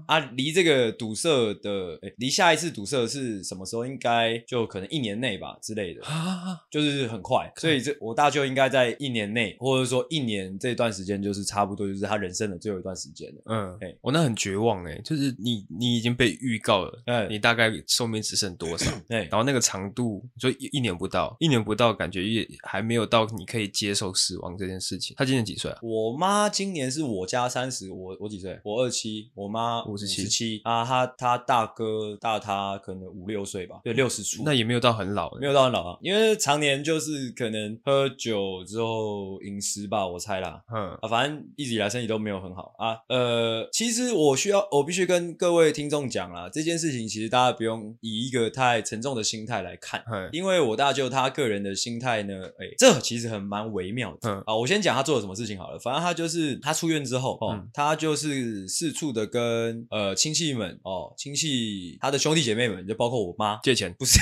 A: 啊，
B: 啊，离这个堵塞的，诶离下一次堵塞是什么时候？应该就可能一年内吧之类的。
A: 啊，
B: 就是很快，所以这我大舅应该在一年内，或者说一年这段时间，就是差不多就是他人生的最后一段时间了。
A: 嗯
B: 哎，
A: 我那很绝望哎，就是你你已经被预告了，
B: 哎
A: 你大概寿命只剩多少，
B: 对
A: 然，后那个长度就一一年不到，一年不到，感觉也还没有到你可以接受死亡这件事情。他今年几岁啊？
B: 我妈今年是我加三十，我我几岁？我二七，我妈
A: 57
B: 七啊，她她大哥大她可能五六岁吧，对，六十出。
A: 那也没有到很老，
B: 没有到很老啊，因为常年就是可能喝酒之后饮食吧，我猜啦。
A: 嗯，
B: 啊，反正一直以来身体都没有很好啊。呃，其实我需要，我必须跟各位听众讲啦，这件事情其实大家不用以一个太沉重的心态来看，
A: 嗯
B: 因为我大舅他个人的心态呢，哎、这其实很蛮微妙的。
A: 嗯
B: 啊，我先讲他做了什么事情好了。反正他就是他出院之后哦，
A: 嗯
B: 他就是四处的跟呃亲戚们哦，亲戚他的兄弟姐妹们，就包括我妈，
A: 借钱
B: 不是。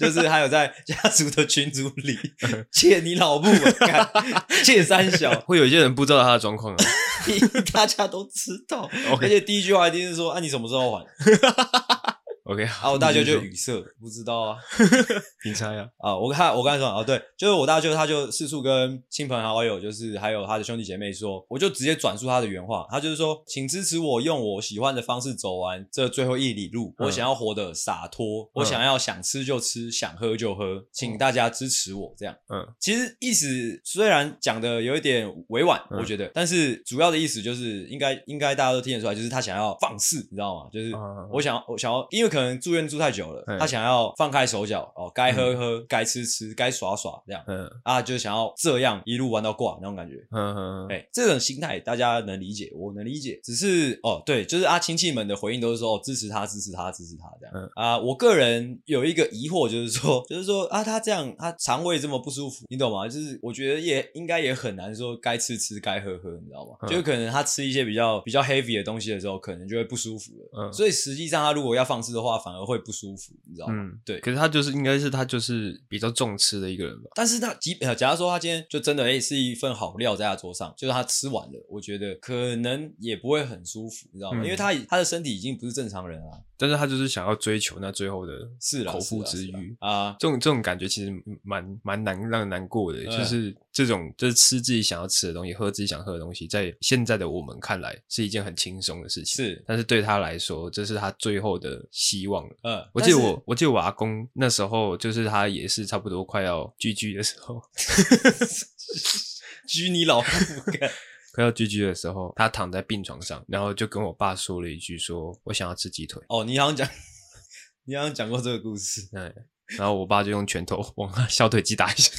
B: 就是还有在家族的群组里
A: 嗯
B: 借你老母啊，干借三小，
A: 会有一些人不知道他的状 况啊。
B: 大家都知道。而
A: OK
B: 且第一句话一定是说：“啊，你什么时候还
A: OK，？”
B: 啊，我大舅就
A: 你
B: 语塞，不知道啊。
A: 你猜啊，
B: 啊，我看我刚才说啊，对，就是我大舅他就四处跟亲朋好友，就是还有他的兄弟姐妹说，我就直接转述他的原话，他就是说，请支持我用我喜欢的方式走完这最后一里路，
A: 嗯
B: 我想要活得洒脱，我
A: 嗯
B: 想要想吃就吃，想喝就喝，请大家支持我这样。
A: 嗯，
B: 其实意思虽然讲的有一点委婉，
A: 嗯
B: 我觉得，但是主要的意思就是应该应该大家都听得出来，就是他想要放肆，你知道吗？就是
A: 嗯
B: 我想要我想要，因为可能住院住太久了
A: 嗯，
B: 他想要放开手脚哦，该喝喝，该吃吃，该耍耍这样
A: 嗯
B: 啊，就想要这样一路玩到挂那种感觉。
A: 嗯嗯，
B: 哎、这种心态大家能理解，我能理解。只是哦，对，就是啊，亲戚们的回应都是说、哦、支持他，支持他，支持他这样。
A: 嗯
B: 啊，我个人有一个疑惑，就是说，就是说啊，他这样，他肠胃这么不舒服，你懂吗？就是我觉得也应该也很难说该吃吃，该喝喝，你知道吗？
A: 嗯
B: 就是可能他吃一些比较比较 heavy 的东西的时候，可能就会不舒服了。
A: 嗯
B: 所以实际上他如果要放肆的话，反而会不舒服，你知道吗？
A: 嗯，
B: 对
A: 可是他就是应该是他就是比较重吃的一个人吧。
B: 但是他即呃假如说他今天就真的诶、是一份好料在他桌上，就是他吃完了，我觉得可能也不会很舒服，你知道吗？
A: 嗯
B: 因为他已他的身体已经不是正常人啊，
A: 但是他就是想要追求那最后的
B: 是啦
A: 口
B: 是
A: 腹
B: 啦
A: 之
B: 是啦
A: 欲。
B: 啊，
A: 这种这种感觉其实蛮蛮难让人难过的，
B: 嗯
A: 就是这种就是吃自己想要吃的东西，喝自己想喝的东西，在现在的我们看来是一件很轻松的事情，
B: 是，
A: 但是对他来说，这是他最后的希望了。
B: 嗯，
A: 我记得
B: 但是
A: 我，我记得我阿公那时候，就是他也是差不多快要居居的时候，
B: 拘你老父干，
A: 快要居居的时候，他躺在病床上，然后就跟我爸说了一句说我想要吃鸡腿。
B: 哦，你好像讲，你好像讲过这个故事，
A: 嗯，然后我爸就用拳头往他小腿击打一下。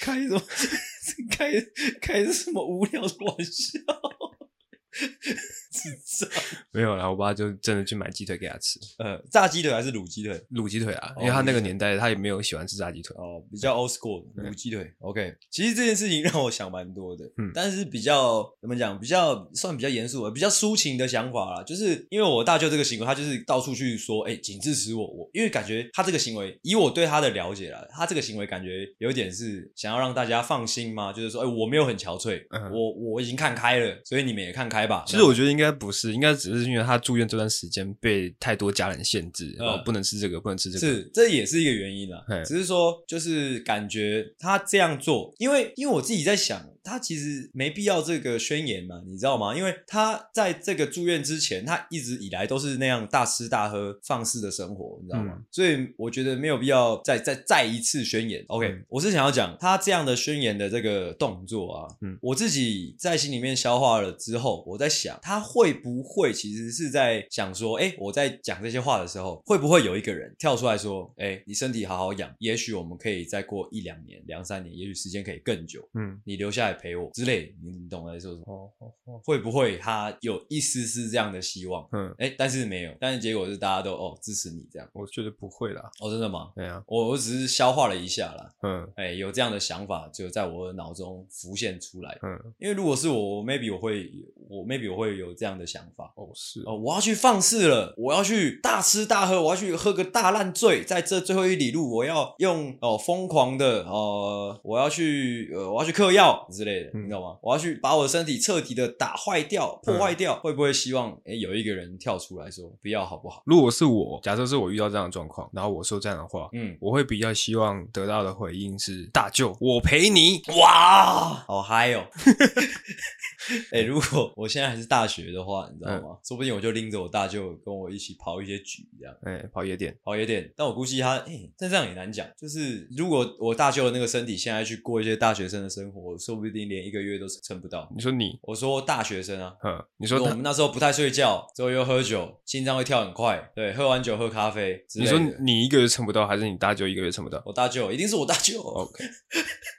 B: 开什么 开开什么无聊的玩笑， 智障，
A: 没有啦，我爸就真的去买鸡腿给他吃，
B: 呃，炸鸡腿还是卤鸡腿？
A: 卤鸡腿啊，
B: 哦
A: 因为他那个年代他也没有喜欢吃炸鸡腿。
B: 哦，比较 old school
A: 对
B: 卤鸡腿。OK，其实这件事情 让我想蛮多的，
A: 嗯
B: 但是比较怎么讲，比较算比较严肃，比较抒情的想法啦。就是因为我大舅这个行为，他就是到处去说，哎、请支持我，我因为感觉他这个行为，以我对他的了解啦，他这个行为感觉有点是想要让大家放心嘛，就是说，哎、我没有很憔悴，
A: 嗯
B: 我我已经看开了，所以你们也看开吧。
A: 其实我觉得应该不是，应该只是因为他住院这段时间被太多家人限制，
B: 嗯
A: 哦，不能吃这个，不能吃这个。
B: 是，这也是一个原因啦
A: 嘿。
B: 只是说，就是感觉他这样做，因为因为我自己在想，他其实没必要这个宣言嘛，你知道吗？因为他在这个住院之前，他一直以来都是那样大吃大喝、放肆的生活，你知道吗？
A: 嗯
B: 所以我觉得没有必要再再再一次宣言。OK，、
A: 嗯
B: 我是想要讲他这样的宣言的这个动作啊，
A: 嗯
B: 我自己在心里面消化了之后，我在想他会不会其实是在想说，哎、我在讲这些话的时候，会不会有一个人跳出来说，哎、你身体好好养，也许我们可以再过一两年、两三年，也许时间可以更久，
A: 嗯，
B: 你留下来陪我之类，你你懂我在说什么？
A: 哦哦哦，
B: 会不会他有一丝丝这样的希望？
A: 嗯，
B: 哎、但是没有，但是结果是大家都哦支持你这样，
A: 我觉得不会啦。
B: 哦，真的吗？
A: 对啊，
B: 我我只是消化了一下啦，
A: 嗯
B: 哎、有这样的想法就在我的脑中浮现出来。
A: 嗯
B: 因为如果是我我，maybe 我会，我 maybe 我会有这样的想想法。
A: 哦，是
B: 哦，我要去放肆了，我要去大吃大喝，我要去喝个大烂醉，在这最后一里路，我要用哦疯狂的哦、我要去呃，我要去嗑药之类的，
A: 嗯
B: 你知道吗？我要去把我的身体彻底的打坏掉、破坏掉，会不会希望诶有一个人跳出来说不要好不好？
A: 如果是我，假设是我遇到这样的状况，然后我说这样的话，
B: 嗯，
A: 我会比较希望得到的回应是大舅，我陪你。
B: 哇，好嗨 哦！哎、如果我现在还是大学的话，你知道
A: 嗯
B: 吗？说不定我就拎着我大舅跟我一起跑一些局这样。
A: 哎、跑夜店，
B: 好，有点，但我估计他，哎、但这样也难讲。就是如果我大舅的那个身体现在去过一些大学生的生活，说不定连一个月都撑不到。
A: 你说你，
B: 我说大学生啊，
A: 嗯，你
B: 就
A: 说
B: 我
A: 他
B: 们，那时候不太睡觉，之后又喝酒，心脏会跳很快，对，喝完酒喝咖啡之
A: 你
B: 类
A: 说
B: 的。
A: 你一个月撑不到，还是你大舅一个月撑不到？
B: 我大舅一定是我大舅。
A: 哦 OK，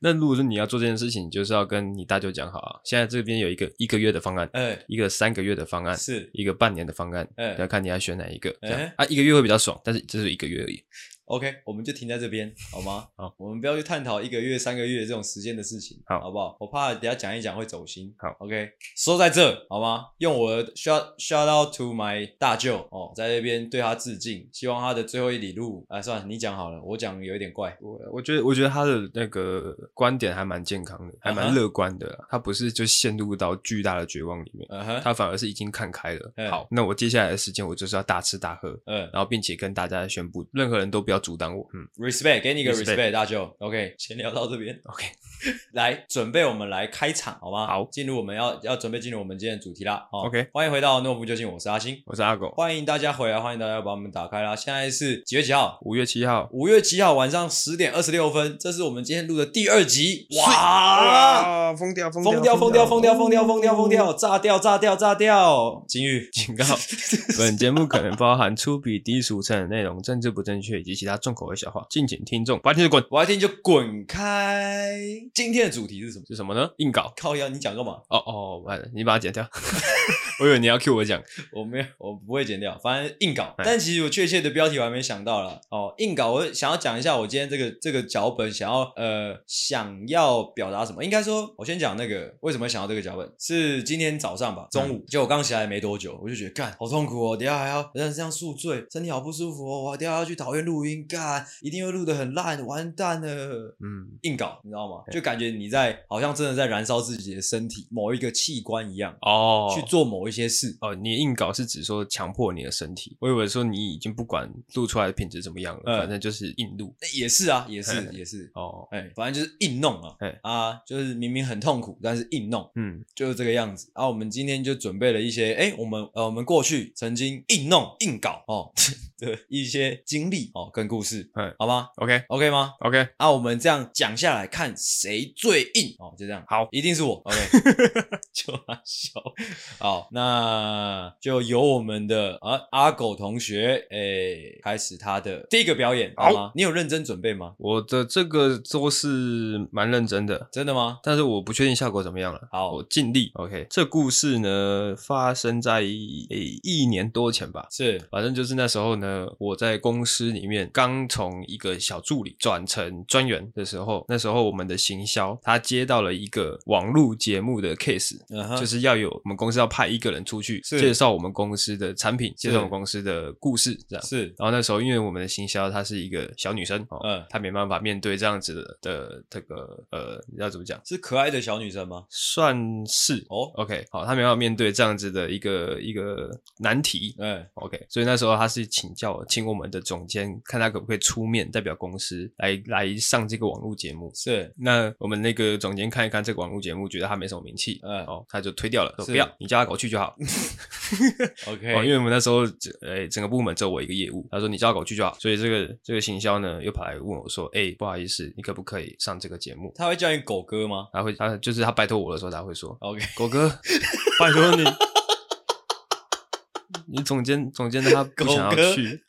A: 那如果说你要做这件事情，你就是要跟你大舅讲好啊。现在这边有一个一个月的方案，
B: 哎、
A: 一个三个月的方案，
B: 是，
A: 一个半年的方案，
B: 哎、
A: 要看你要选哪一个。这
B: 哎
A: 样啊，一个月会比较爽，但是这是一个月而已。
B: OK，我们就停在这边好吗？
A: 好，
B: 我们不要去探讨一个月、三个月这种时间的事情，
A: 好
B: 好不好？我怕等一下讲一讲会走心。
A: 好
B: ，OK，收在这好吗？用我的 shout shout out to my 大舅哦，在这边对他致敬，希望他的最后一里路啊，算了，你讲好了，我讲有一点怪。
A: 我我觉得，我觉得他的那个观点还蛮健康的，还
B: 啊哈
A: 蛮乐观的啦。他不是就陷入到巨大的绝望里面，
B: 嗯哼，
A: 他反而是已经看开了
B: 嗯。
A: 好，那我接下来的时间我就是要大吃大喝，
B: 嗯
A: 然后并且跟大家宣布，任何人都不要阻挡我。嗯
B: ，respect，给你一个
A: respect
B: respect，大舅。OK，先聊到这边，
A: ，OK，
B: 来准备我们来开场好吗？
A: 好
B: 进入我们要要准备进入我们今天的主题啦。哦
A: OK
B: 欢迎回到诺夫究竟，我是阿星。
A: 我是阿狗。
B: 欢迎大家回来，欢迎大家把我们打开啦！现在是几月几号？
A: 五月七号，
B: 五月七号晚上十点二十六分，这是我们今天录的第二集。哇！
A: 哇，疯掉，疯
B: 啊疯掉，疯掉，疯掉，疯掉，疯掉，疯掉，炸掉，炸掉，炸掉！金玉，
A: 警告：本节目可能包含粗鄙、低俗、成人内容、政治不正确以及其他重口味笑话，敬请听众白天就滚。
B: 我要听就滚开！今天的主题是什么？
A: 是什么呢？硬搞。
B: 靠腰，你讲干嘛？
A: 哦哦，完了，你把它剪掉。 我以为你要 Q 我讲。
B: 我没有，我不会剪掉，反正硬搞。但其实我确切的标题我还没想到啦。哦，硬搞，我想要讲一下我今天这个这个脚本想要呃想要表达什么。应该说，我先讲那个为什么想要这个脚本，是今天早上吧，中午、就我刚起来没多久，我就觉得干好痛苦哦，等一下还要等一下这样宿醉，身体好不舒服哦，我等一下要去桃园录音，干一定会录得很烂，完蛋了。
A: 嗯，
B: 硬搞，你知道吗？就感觉你在好像真的在燃烧自己的身体某一个器官一样，
A: 哦，
B: 去做某一些事。
A: 哦，你硬搞是指说强迫你的身体，我以为说你已经不管录出来的品质怎么样了，
B: 嗯
A: 反正就是硬录。
B: 也是啊，也
A: 嘿
B: 是
A: 嘿
B: 也是，
A: 哦，
B: 哎、反正就是硬弄啊
A: 嘿，
B: 啊，就是明明很痛苦，但是硬弄
A: 嗯，
B: 就是这个样子。啊，我们今天就准备了一些，哎、我们呃，我们过去曾经硬弄硬搞哦 的一些经历哦跟故事，
A: 嗯
B: 好吗
A: OK
B: ？OK 吗？
A: OK，
B: 啊，我们这样讲下来，看谁最硬哦，就这样。
A: 好
B: 一定是我。OK，就他笑。好，那就由我们的啊阿狗同学，诶、开始他的第一个表演，好
A: 好
B: 吗？你有认真准备吗？
A: 我的这个都是蛮认真的，
B: 真的吗？
A: 但是我不确定效果怎么样了。
B: 好
A: 我尽力。OK，这故事呢发生在一诶一年多前吧。
B: 是，
A: 反正就是那时候呢，我在公司里面刚从一个小助理转成专员的时候，那时候我们的行销他接到了一个网络节目的 case，
B: 嗯哼，
A: 就是是要有我们公司要派一个人出去
B: 是
A: 介绍我们公司的产品，
B: 是
A: 介绍我们公司的故事这样。
B: 是，
A: 然后那时候，因为我们的行销她是一个小女生，哦、
B: 嗯
A: 她没办法面对这样子的的这个呃，要怎么讲？
B: 是可爱的小女生吗？
A: 算是
B: 哦，
A: OK，好，她没办法面对这样子的一个一个难题。
B: 哎、
A: OK，所以那时候她是请教请我们的总监，看她可不可以出面代表公司来来上这个网络节目。
B: 是，
A: 那我们那个总监看一看这个网络节目，觉得他没什么名气，
B: 嗯
A: 哦，他就推掉了，说
B: 是
A: 不要，你叫他狗去就好。
B: ，OK，
A: 哦，因为我们那时候只诶、整个部门只有我一个业务，他说你叫他狗去就好，所以这个这个行销呢又跑来问我说，哎、不好意思，你可不可以上这个节目？
B: 他会叫你狗哥吗
A: 他会他就是他拜托我的时候，他会说，
B: ？OK，
A: 狗哥，拜托你，你总监总监他不想
B: 狗哥
A: 要去。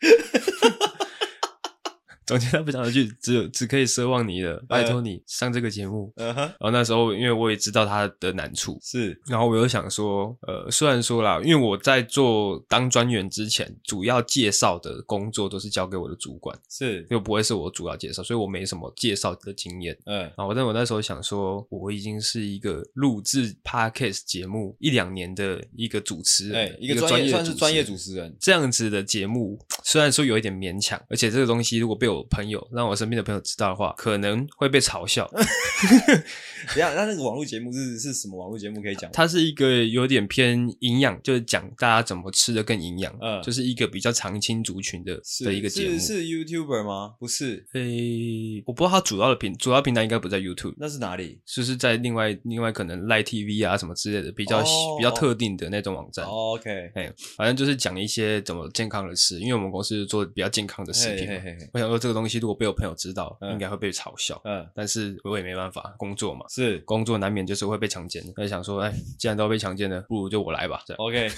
A: 总监他不想去，只有只可以奢望你了，拜托你上这个节目。
B: 嗯哼，
A: 然后那时候，因为我也知道他的难处，
B: 是
A: 然后我又想说，呃，虽然说啦，因为我在做当专员之前，主要介绍的工作都是交给我的主管，
B: 是，
A: 又不会是我主要介绍，所以我没什么介绍的经验。
B: 嗯
A: 然后，但我那时候想说，我已经是一个录制 podcast 节目一两年的一个主持人
B: 哎、
A: 了，
B: 一个
A: 专
B: 专业算是专业
A: 主持
B: 主持人，
A: 这样子的节目，虽然说有一点勉强，而且这个东西如果被我朋友让我身边的朋友知道的话，可能会被嘲 笑。
B: 等一下，那那个网络节目是是什么网络节目可以讲吗？
A: 它是一个有点偏营养，就是讲大家怎么吃的更营养，
B: 嗯
A: 就是一个比较常青族群的
B: 是
A: 的一个节目。
B: 是是 YouTuber 吗？不是，
A: 诶、我不知道它主要的平主要平台应该不在 YouTube，
B: 那是哪里？
A: 就是在另外另外可能 Lite TV 啊什么之类的比较、
B: 哦
A: 比较特定的那种网站。
B: 哦 OK，
A: 哎，反正就是讲一些怎么健康的吃，因为我们公司是做比较健康的食品嘛。
B: 嘿嘿嘿嘿
A: 我想说这个东西如果被我朋友知道，
B: 嗯
A: 应该会被嘲笑，
B: 嗯，
A: 但是我也没办法，工作嘛，
B: 是
A: 工作难免就是会被强奸。那就想说，哎，既然都要被强奸了，不如就我来吧，这样。
B: OK，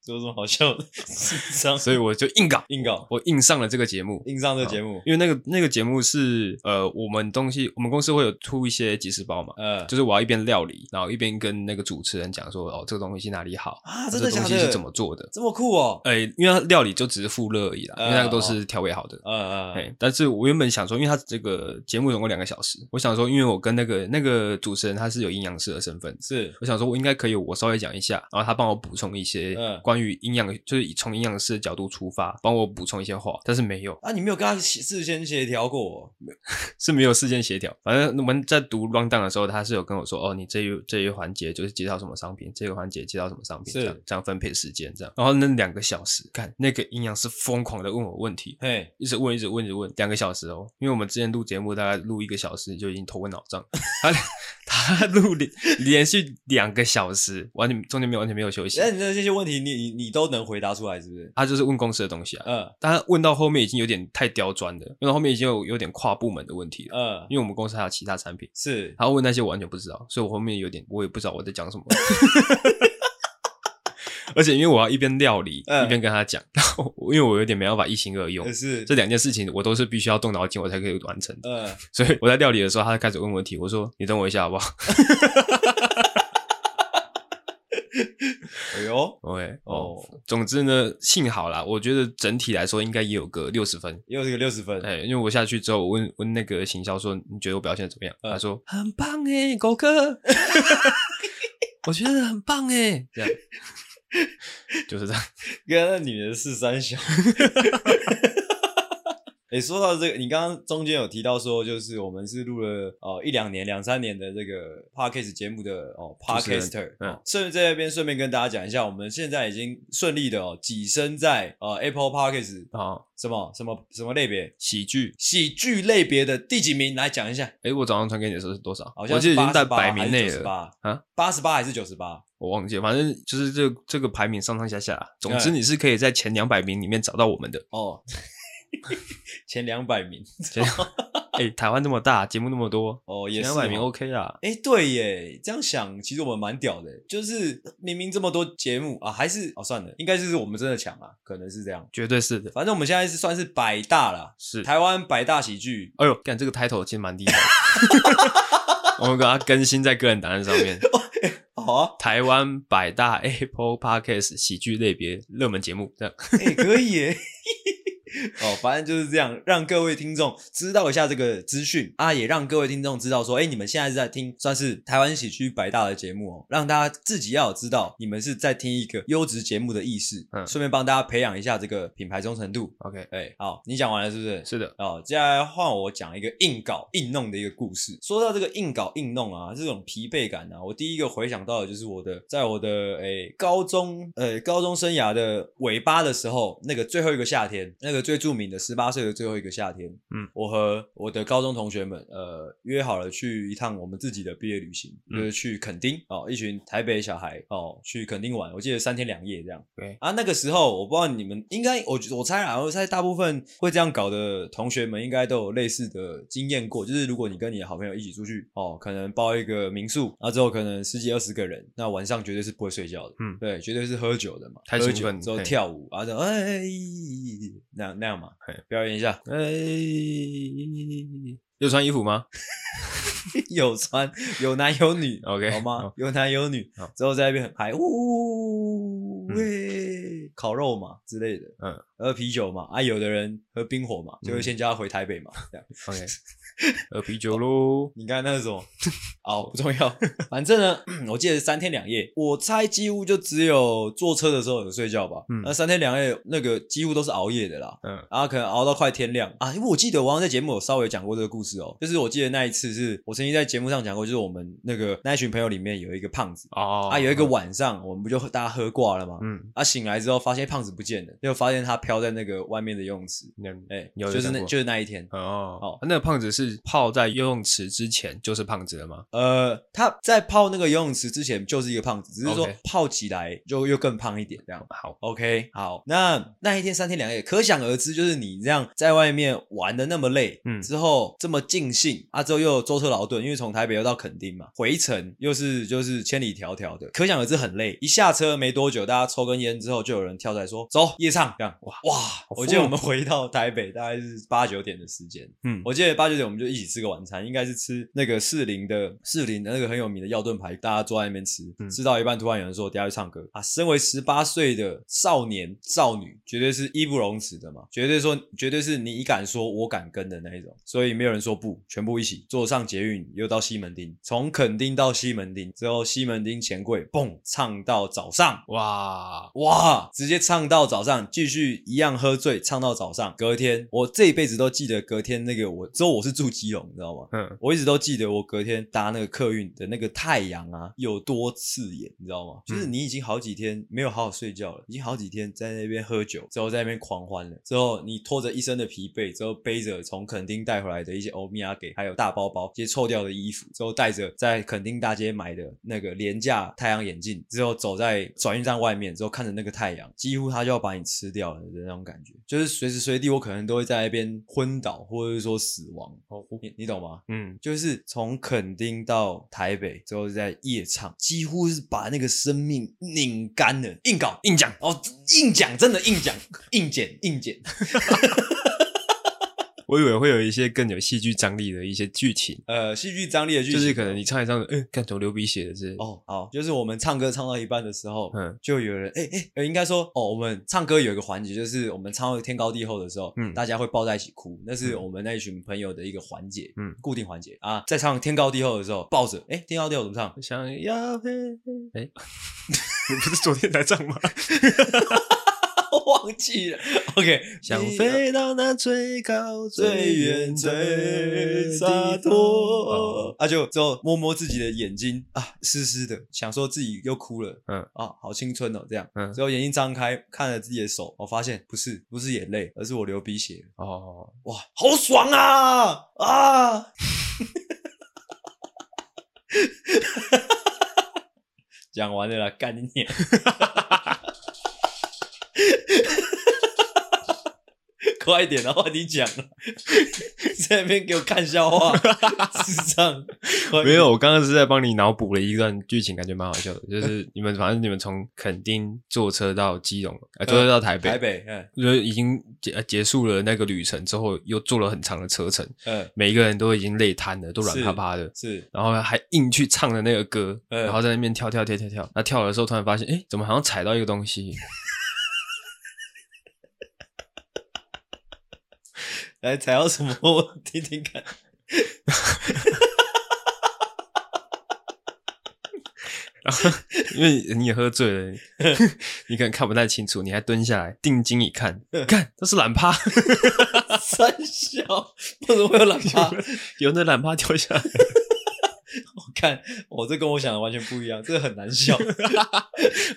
B: 这有什么好笑的？ 智商
A: 所以我就硬搞，
B: 硬搞
A: 我硬上了这个节目。
B: 硬上这节目，
A: 因为那个那个节目是呃，我们东西我们公司会有出一些即食包嘛，
B: 呃，
A: 就是我要一边料理，然后一边跟那个主持人讲说，哦，这个东西哪里好，
B: 啊，
A: 这
B: 真的
A: 东
B: 假
A: 西
B: 的？
A: 是怎么做的，
B: 这么酷哦？
A: 哎、因为它料理就只是附热而已啦，因为那个都
B: 嗯
A: 是调味好的。
B: 呃
A: 哎、但是我原本想说，因为它这个节目总共两个小时，我想说，因为我跟那个那个主持人他是有营养师的身份，
B: 是
A: 我想说我应该可以，我稍微讲一下，然后他帮我补充一些
B: 嗯
A: 关于营养，就是以从营养师的角度出发，帮我补充一些话，但是没有，
B: 啊，你没有跟他协事先协调过哦
A: 是没有事先协调。反正我们在读 round down 的时候，他是有跟我说，哦，你这一这一环节就是介绍什么商品，这个环节介绍什么商品，
B: 是
A: 这样这样分配时间这样。然后那两个小时，看那个营养师疯狂的问我问题，
B: 哦？嘿，
A: 一直问，一直问，一直问，两个小时哦。因为我们之前录节目大概录一个小时就已经头昏脑胀，他 他录连连续两个小时，完全中间没有完全没有休息。
B: 那你那这些问题你，你你都能回答出来是不是？
A: 他就是问公司的东西啊，
B: 嗯
A: 但他问到后面已经有点太刁钻了，问到后面已经有有点跨部门的问题了，
B: 嗯，
A: 因为我们公司还有其他产品，
B: 是
A: 他问那些我完全不知道，所以我后面有点我也不知道我在讲什么。而且因为我要一边料理、
B: 嗯
A: 一边跟他讲，然后因为我有点没办法一心二用
B: 呃，是
A: 这两件事情我都是必须要动脑筋我才可以完成的。
B: 嗯，
A: 所以我在料理的时候，他就开始问问题，我说：“你等我一下好不好，
B: 哎呦
A: ？”OK，哦，
B: 哦，
A: 总之呢，幸好啦，我觉得整体来说应该也有个六十分。
B: 又是个六十分，
A: 哎，因为我下去之后，我问问那个行销说：“你觉得我表现得怎么样？”
B: 嗯欸
A: 他说：“很棒哎，狗哥， 我觉得很棒
B: 欸
A: 哎。” 这样，就是这样。
B: 跟那女人是三小。 哎、说到这个，你刚刚中间有提到说，就是我们是录了哦一两年、两三年的这个 podcast 节目的哦
A: 主持人
B: podcaster，
A: 嗯
B: 哦顺、便在这边顺便跟大家讲一下，我们现在已经顺利的哦跻身在呃 Apple podcast
A: 哦，
B: 什么什么什么类别
A: 喜剧，
B: 喜剧类别的第几名来讲一下，
A: 哎，我早上传给你的时候是多少？
B: 好像
A: 我记得已经在
B: 88
A: 百名内
B: 还是
A: 了，
B: 98
A: 啊，
B: 八十八还是九十八？
A: 我忘记了，反正就是这这个排名上上下下啦。总之，
B: 嗯
A: 你是可以在前两百名里面找到我们 的。
B: 哦，前两百名
A: 前两哎，台湾那么大，节目那么多，
B: 哦，也
A: 前
B: 是
A: 两百名
B: 哦
A: OK 啦。
B: 哎，对耶，这样想，其实我们蛮屌的，就是明明这么多节目啊，还是哦算了，应该就是我们真的强啊，可能是这样。
A: 绝对是的，
B: 反正我们现在是算是百大啦，
A: 是。
B: 台湾百大喜剧。
A: 哎呦，干这个 title 其实蛮厉害 的。我们给它更新在个人档案上 面，
B: 好啊，
A: 台湾百大 Apple Podcast 喜剧类别热门节目，这样
B: 哎，可以耶。 哦，反正就是这样，让各位听众知道一下这个资讯啊，也让各位听众知道说，哎，你们现在是在听算是台湾喜剧百大的节目哦，让大家自己要有知道你们是在听一个优质节目的意识，
A: 嗯
B: 顺便帮大家培养一下这个品牌忠诚度。
A: OK，
B: 哎，好，你讲完了是不是？
A: 是的，
B: 哦，接下来换我讲一个硬搞硬弄的一个故事。说到这个硬搞硬弄啊，这种疲惫感啊，我第一个回想到的就是我的，在我的诶、高中呃高中生涯的尾巴的时候，那个最后一个夏天，那个最著名的十八岁的最后一个夏天，
A: 嗯，
B: 我和我的高中同学们呃约好了去一趟我们自己的毕业旅行，
A: 嗯
B: 就是去垦丁哦，一群台北小孩哦去垦丁玩，我记得三天两夜这样。啊，那个时候我不知道你们应该，我觉我猜啊，我猜大部分会这样搞的同学们应该都有类似的经验过，就是如果你跟你的好朋友一起出去，哦，可能包一个民宿，那之后可能十几二十个人，那晚上绝对是不会睡觉的，
A: 嗯
B: 对，绝对是喝酒的嘛，
A: 太
B: 喝
A: 兴
B: 酒
A: 奋
B: 之后
A: 嘿
B: 跳舞啊，这样哎，咦那样那样嘛
A: 嘿，
B: 表演一下。
A: 哎、有穿衣服吗？
B: 有穿，有男有女
A: OK，
B: 好吗
A: 好？
B: 有男有女
A: 好，
B: 之后在那边很嗨，呜
A: 嗯
B: 喂，烤肉嘛之类的，
A: 嗯，
B: 喝啤酒嘛，啊，有的人喝冰火嘛，就会
A: 嗯
B: 先叫他回台 北嘛，这样。
A: OK，喝啤酒喽。
B: 你刚才那是 什么？哦，不重要， 反正呢，我记得是三天两夜，我猜几乎就只有坐车的时候有睡觉吧。
A: 嗯
B: 那三天两夜那个几乎都是熬夜的啦。
A: 嗯
B: 然后可能熬到快天亮啊，因为我记得我好像在节目有稍微讲过这个故事哦，就是我记得那一次是我曾经在节目上讲过，就是我们那个那一群朋友里面有一个胖子
A: 哦
B: 啊，有一个晚上我们不就大家喝挂了吗？
A: 嗯，
B: 啊，醒来之后发现胖子不见了，就发现他飘在那个外面的游泳池，
A: 嗯
B: 哎、
A: 有有
B: 就是
A: 讲
B: 那
A: 过
B: 就是那一天，
A: 哦
B: 哦，
A: 那个胖子是泡在游泳池之前就是胖子了吗？
B: 呃，他在泡那个游泳池之前就是一个胖子，只是说
A: OK
B: 泡起来就又更胖一点这样。
A: 好，
B: OK，好，那那一天三天两夜，可想而知，就是你这样在外面玩的那么累，
A: 嗯
B: 之后这么尽兴啊，之后又舟车劳顿，因为从台北又到垦丁嘛，回程又是就是千里迢迢的，可想而知很累。一下车没多久，大家抽根烟之后，就有人跳出来说：“走，夜唱。”这样，哇哇！我记得我们回到台北大概是八九点的时间，
A: 哦嗯，
B: 我记得八九点我们就一起吃个晚餐，应该是吃那个士林的士林的那个很有名的药炖排骨，大家坐在那边吃，
A: 嗯
B: 吃到一半突然有人说等一下去唱歌啊！身为十八岁的少年少女，绝对是义不容辞的嘛，绝对说绝对是你敢说我敢跟的那一种，所以没有人说不，全部一起坐上捷运又到西门町，从垦丁到西门町之后，西门町钱柜蹦唱到早上。
A: 哇，
B: 哇！直接唱到早上，继续一样喝醉，唱到早上。隔天，我这一辈子都记得隔天那个我，之后我是住基隆，你知道吗？
A: 嗯，
B: 我一直都记得我隔天搭那个客运的那个太阳啊，有多刺眼，你知道吗？就是你已经好几天没有好好睡觉了，已经好几天在那边喝酒，之后在那边狂欢了，之后你拖着一身的疲惫，之后背着从垦丁带回来的一些欧米亚给，还有大包包、一些臭掉的衣服，之后带着在垦丁大街买的那个廉价太阳眼镜，之后走在转运站外面，之后看着那个太阳，几乎它就要把你吃掉了的那种感觉，就是随时随地我可能都会在那边昏倒，或者是说死亡，
A: 哦，
B: 你你懂吗？
A: 嗯，
B: 就是从垦丁到台北之后，在夜场几乎是把那个生命拧干了，硬搞
A: 硬讲，
B: 哦，硬讲真的硬讲，硬剪硬剪，
A: 我以为会有一些更有戏剧张力的一些剧情，
B: 呃，戏剧张力的剧情
A: 就是可能你唱一唱，嗯，干怎么流鼻血的之类的，
B: 哦，好，就是我们唱歌唱到一半的时候，
A: 嗯
B: 就有人哎哎、欸应该说哦，我们唱歌有一个环节，就是我们唱到天高地厚的时候，
A: 嗯
B: 大家会抱在一起哭，那是我们那一群朋友的一个环节，
A: 嗯
B: 固定环节啊，在唱天高地厚的时候抱着，哎、天高地厚怎么唱？
A: 想要飞，哎， 你不是昨天才唱吗？
B: 忘记了，OK，
A: 想
B: 你
A: 飞到那最高
B: 最
A: 远
B: 远
A: 最
B: 最
A: 洒
B: 洒
A: 脱
B: 脱。。啊，就之后摸摸自己的眼睛啊，湿湿的，想说自己又哭了，
A: 嗯
B: 啊，好青春哦，这样，
A: 嗯
B: 之后眼睛张开，看了自己的手，我发现不是不是眼泪，而是我流鼻血了，
A: 哦，
B: 哇，好爽啊啊！ 讲完了啦，干你娘！ 快点啊， 换你讲了，在那边给我看 笑话，智障！快点
A: 没有，我刚刚是在帮你脑补了一段剧情，感觉蛮好笑的。就是你们，反正你们从垦丁坐车到基隆，呃，坐车到台北，
B: 台北，嗯
A: 就是已经结呃结束了那个旅程之后，又坐了很长的车程，
B: 嗯，
A: 每一个人都已经累瘫了，都软趴趴的。
B: 是
A: 然后还硬去唱的那个歌，
B: 嗯
A: 然后在那边跳跳跳跳跳。那跳的时候，突然发现，哎，怎么好像踩到一个东西？
B: 来踩到什么？我听听看。
A: 因为你也喝醉
B: 嗯
A: 了， 你可能看不太清楚，你还蹲下来定睛一看，
B: 嗯
A: 看这是懒趴，
B: 三小为什么会有懒趴？
A: 有那懒趴掉下来。
B: 我看，我、这跟我想的完全不一样，这个很难笑。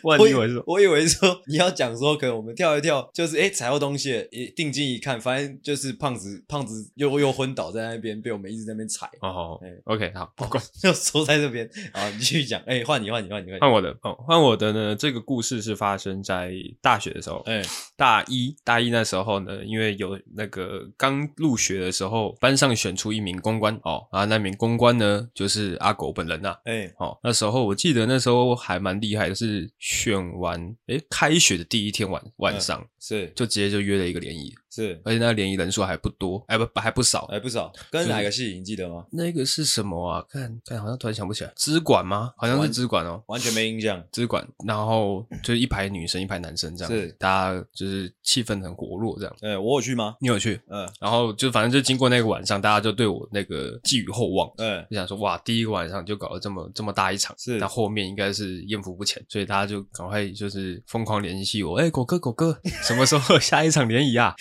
A: 哇，
B: 我
A: 你以为是哦
B: 我以为说你要讲说，可能我们跳一跳，就是哎踩到东西了，一定睛一看，反正就是胖子，胖子又又昏倒在那边，被我们一直在那边踩，
A: 哦
B: 哎
A: ，OK，好，不管，
B: 就缩在这边。啊，你继续讲，哎，换你，换你，换你，换你
A: 换。我的，哦，换我的呢。这个故事是发生在大学的时候，
B: 哎，
A: 大一，大一那时候呢，因为有那个刚入学的时候，班上选出一名公关哦，啊，那名公关呢，就是就是阿狗本人呐、
B: 哎，
A: 哦，那时候我记得那时候还蛮厉害的，是选完诶开学的第一天晚晚上、
B: 是
A: 就直接就约了一个联谊，
B: 是，
A: 而且那联谊人数还不多，哎不还不少。
B: 哎，不少。跟哪个系你记得吗？
A: 那个是什么啊？看看好像突然想不起来，资管吗？好像是
B: 完
A: 资管哦。
B: 完全没印象。
A: 资管，然后就是一排女生，一排男生这样，
B: 是
A: 大家就是气氛很活络这样。
B: 哎，我有去吗？
A: 你有去？
B: 嗯
A: 然后就反正就经过那个晚上，大家就对我那个寄予厚望，
B: 嗯，
A: 就想说哇，第一个晚上就搞了这么这么大一场，
B: 是
A: 那后面应该是艳福不浅，所以大家就赶快就是疯狂联系我，哎、狗哥狗哥，什么时候 下一场联谊啊？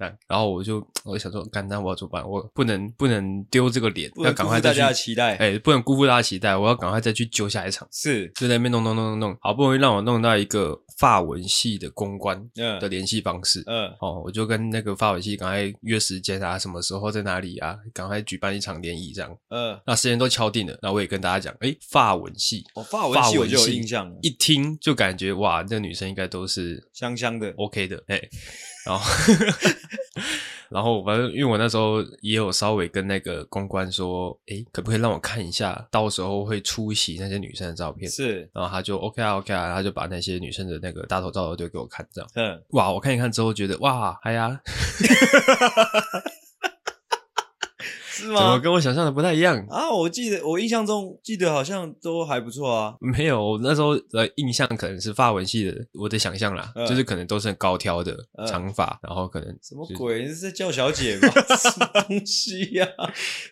A: 那然后我就我就想说，干，那我要怎么办？我不能不能丢这个脸，
B: 不
A: 要
B: 能
A: 赶
B: 辜
A: 快
B: 负
A: 再
B: 大
A: 去
B: 家的期待。
A: 哎、不能辜负大家期待，我要赶快再去揪下一场。
B: 是，
A: 就在那边弄弄弄弄弄，好不容易让我弄到一个法文系的公关
B: 嗯
A: 的联系方式，
B: 嗯，
A: 哦，我就跟那个发尾系赶快约时间啊，什么时候在哪里啊，赶快举办一场联谊这样。
B: 嗯，
A: 那时间都敲定了，那我也跟大家讲，诶，发文系
B: 我哦法文系我就有印象了，
A: 一听就感觉哇，这女生应该都是
B: 香香的。
A: OK 的，哎，然 后然后反正因为我那时候也有稍微跟那个公关说，诶，可不可以让我看一下，到时候会出席那些女生的照片？
B: 是，
A: 然后他就 OK 啊 OK 啊，他就把那些女生的那个大头照都丢给我看，这样。
B: 嗯，
A: 哇，我看一看之后觉得哇，哎呀，
B: 是
A: 怎么
B: 吗？
A: 跟我想象的不太一样？
B: 啊，我记得，我印象中记得好像都还不错啊。
A: 没有，我那时候的印象可能是发文系的，我的想象啦，
B: 嗯
A: 就是可能都是很高挑的
B: 嗯
A: 长发，然后可能
B: 什么
A: 就是
B: 鬼？你是在叫小姐吗？ 什么东西呀、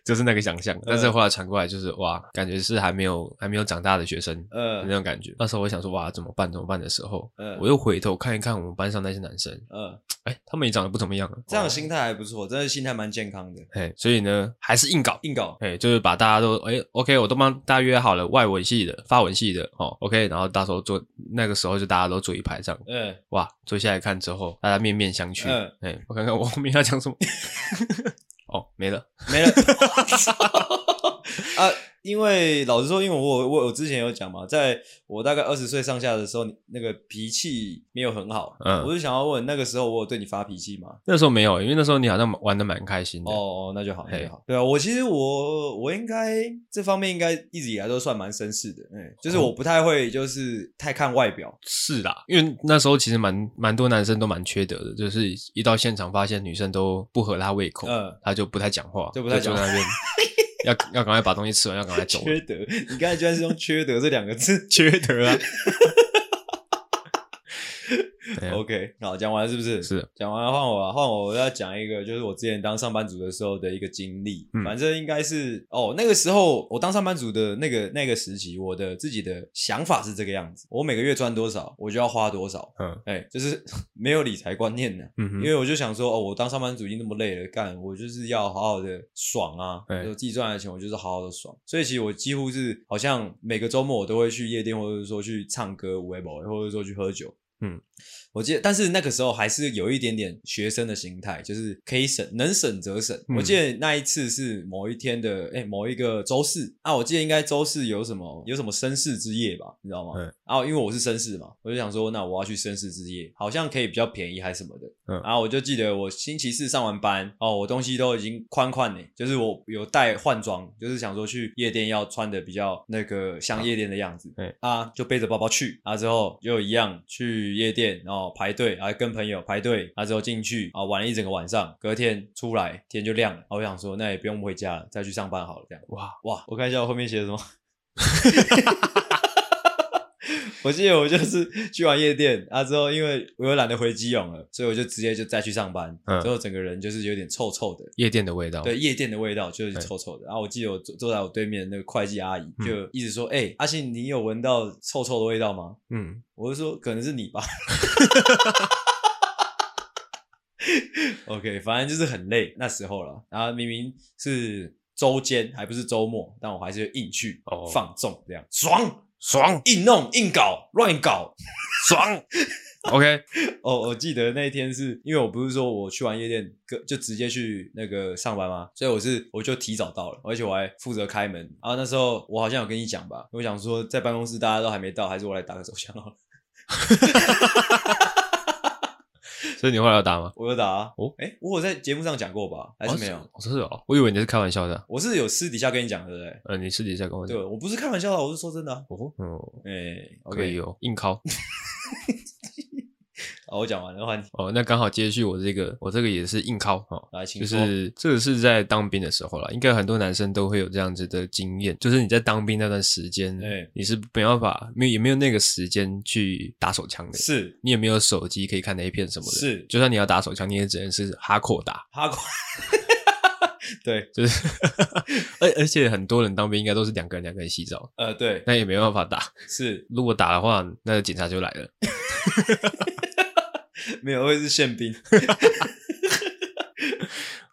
A: 就是那个想象。但
B: 嗯
A: 是后来传过来就是哇，感觉是还没有还没有长大的学生。那
B: 嗯
A: 种感觉，那时候我想说，哇，怎么办？怎么办的时候，
B: 嗯
A: 我又回头看一看我们班上那些男生，
B: 嗯，
A: 哎，他们也长得不怎么样啊。
B: 这样
A: 哦
B: 的心态还不错，真的心态蛮健康的。
A: 哎，所以呢，还是硬搞，
B: 硬搞，
A: 哎，就是把大家都哎，OK，我都帮大家约好了，外文系的、法文系的，哦，OK，然后到时候坐那个时候就大家都坐一排这样，
B: 嗯，
A: 哇，坐下来看之后，大家面面相觑， 哎
B: 嗯、
A: 我看看我后面要讲什么， 哦，没了，
B: 没了。 啊，因为老实说，因为我我我之前有讲嘛，在我大概二十岁上下的时候，你那个脾气没有很好。
A: 嗯
B: 我就想要问，那个时候我有对你发脾气吗？
A: 那时候没有，因为那时候你好像玩的蛮开心的，
B: 哦哦，那就好，那
A: 嘿
B: 就好。对啊，我其实我我应该这方面应该一直以来都算蛮绅士的，嗯，就是我不太会就是太看外表，
A: 是啦，因为那时候其实蛮蛮多男生都蛮缺德的，就是一到现场发现女生都不合他胃口，
B: 嗯
A: 他就不太讲话，
B: 就不太讲话
A: 坐在那 边要要赶快把东西吃完，要赶快走了，
B: 缺德。你刚才居然是用 缺德这两个字
A: 缺德啊！对啊
B: ，OK，好，讲完了是不是？
A: 是，
B: 讲完了换我啊，换我，我要讲一个，就是我之前当上班族的时候的一个经历。
A: 嗯
B: 反正应该是哦，那个时候我当上班族的那个那个时期，我的自己的想法是这个样子：我每个月赚多少，我就要花多少。
A: 嗯
B: 哎、就是没有理财观念呢、啊
A: 嗯哼
B: 因为我就想说，哦，我当上班族已经那么累了，干我就是要好好的爽啊！
A: 哎
B: 我自己赚来的钱，我就是好好的爽。所以其实我几乎是好像每个周末我都会去夜店，或者说去唱歌、舞 A 或者说去喝酒。
A: 嗯，
B: 我记得，但是那个时候还是有一点点学生的心态，就是可以省，能省则省。
A: 嗯
B: 我记得那一次是某一天的，哎、某一个周四啊，我记得应该周四有什么有什么绅士之夜吧，你知道吗？
A: 嗯
B: 啊，因为我是绅士嘛，我就想说，那我要去绅士之夜，好像可以比较便宜还是什么的。
A: 嗯
B: 然后我就记得我星期四上完班，哦，我东西都已经宽宽呢，就是我有带换装，就是想说去夜店要穿的比较那个像夜店的样子。
A: 对
B: 啊，就背着包包去，啊之后又一样去夜店，然后排队，啊跟朋友排队，啊之后进去啊玩了一整个晚上，隔天出来天就亮了。啊我想说，那也不用回家了，再去上班好了，这样。
A: 哇，
B: 哇，我看一下我后面写 的什么。我记得我就是去完夜店啊之后，因为我又懒得回基隆了，所以我就直接就再去上班。
A: 嗯
B: 之后整个人就是有点臭臭的，
A: 夜店的味道，
B: 对，夜店的味道就是
A: 对
B: 臭臭的。然后啊我记得我坐坐在我对面的那个会计阿姨
A: 嗯
B: 就一直说：“哎、阿信，你有闻到臭臭的味道吗
A: 嗯，？”
B: 我就说：“可能是你吧。” OK，反正就是很累那时候了。然后明明是周间，还不是周末，但我还是硬去、
A: 哦
B: 放纵，这样爽，
A: 爽
B: 硬弄硬搞乱搞。
A: 爽，OK，
B: 哦，我记得那一天是因为我不是说我去完夜店，个就直接去那个上班吗？所以我是我就提早到了，而且我还负责开门。然后那时候我好像有跟你讲吧，我想说在办公室大家都还没到，还是我来打个手枪好了。
A: 所以你后来要打吗？
B: 我有打啊。
A: 哦
B: 哎、我有在节目上讲过吧？还是没有？
A: 哦，是哦，我以为你是开玩笑的。
B: 我是有私底下跟你讲的，对不对？
A: 呃，你私底下跟我讲
B: 对，。我不是开玩笑的，我是说真的、啊。
A: 哦，嗯，
B: 哎、o
A: 可以
B: k
A: 哦，硬靠。
B: 好，我讲完了，换你
A: 哦，那刚好接续我这个，我这个也是硬靠哦。
B: 来，请
A: 就
B: 说。
A: 是这个是在当兵的时候啦，应该很多男生都会有这样子的经验，就是你在当兵那段时间，
B: 哎
A: 你是没办法，没有也没有那个时间去打手枪的，
B: 是
A: 你也没有手机可以看 A 片什么的，
B: 是
A: 就算你要打手枪，你也只能是哈扣打，
B: 哈瓜， 对，
A: 就是 而而且很多人当兵应该都是两个人两个人洗澡，
B: 呃，对，
A: 那也没办法打，
B: 是
A: 如果打的话，那警察就来了。
B: 没有会是宪兵，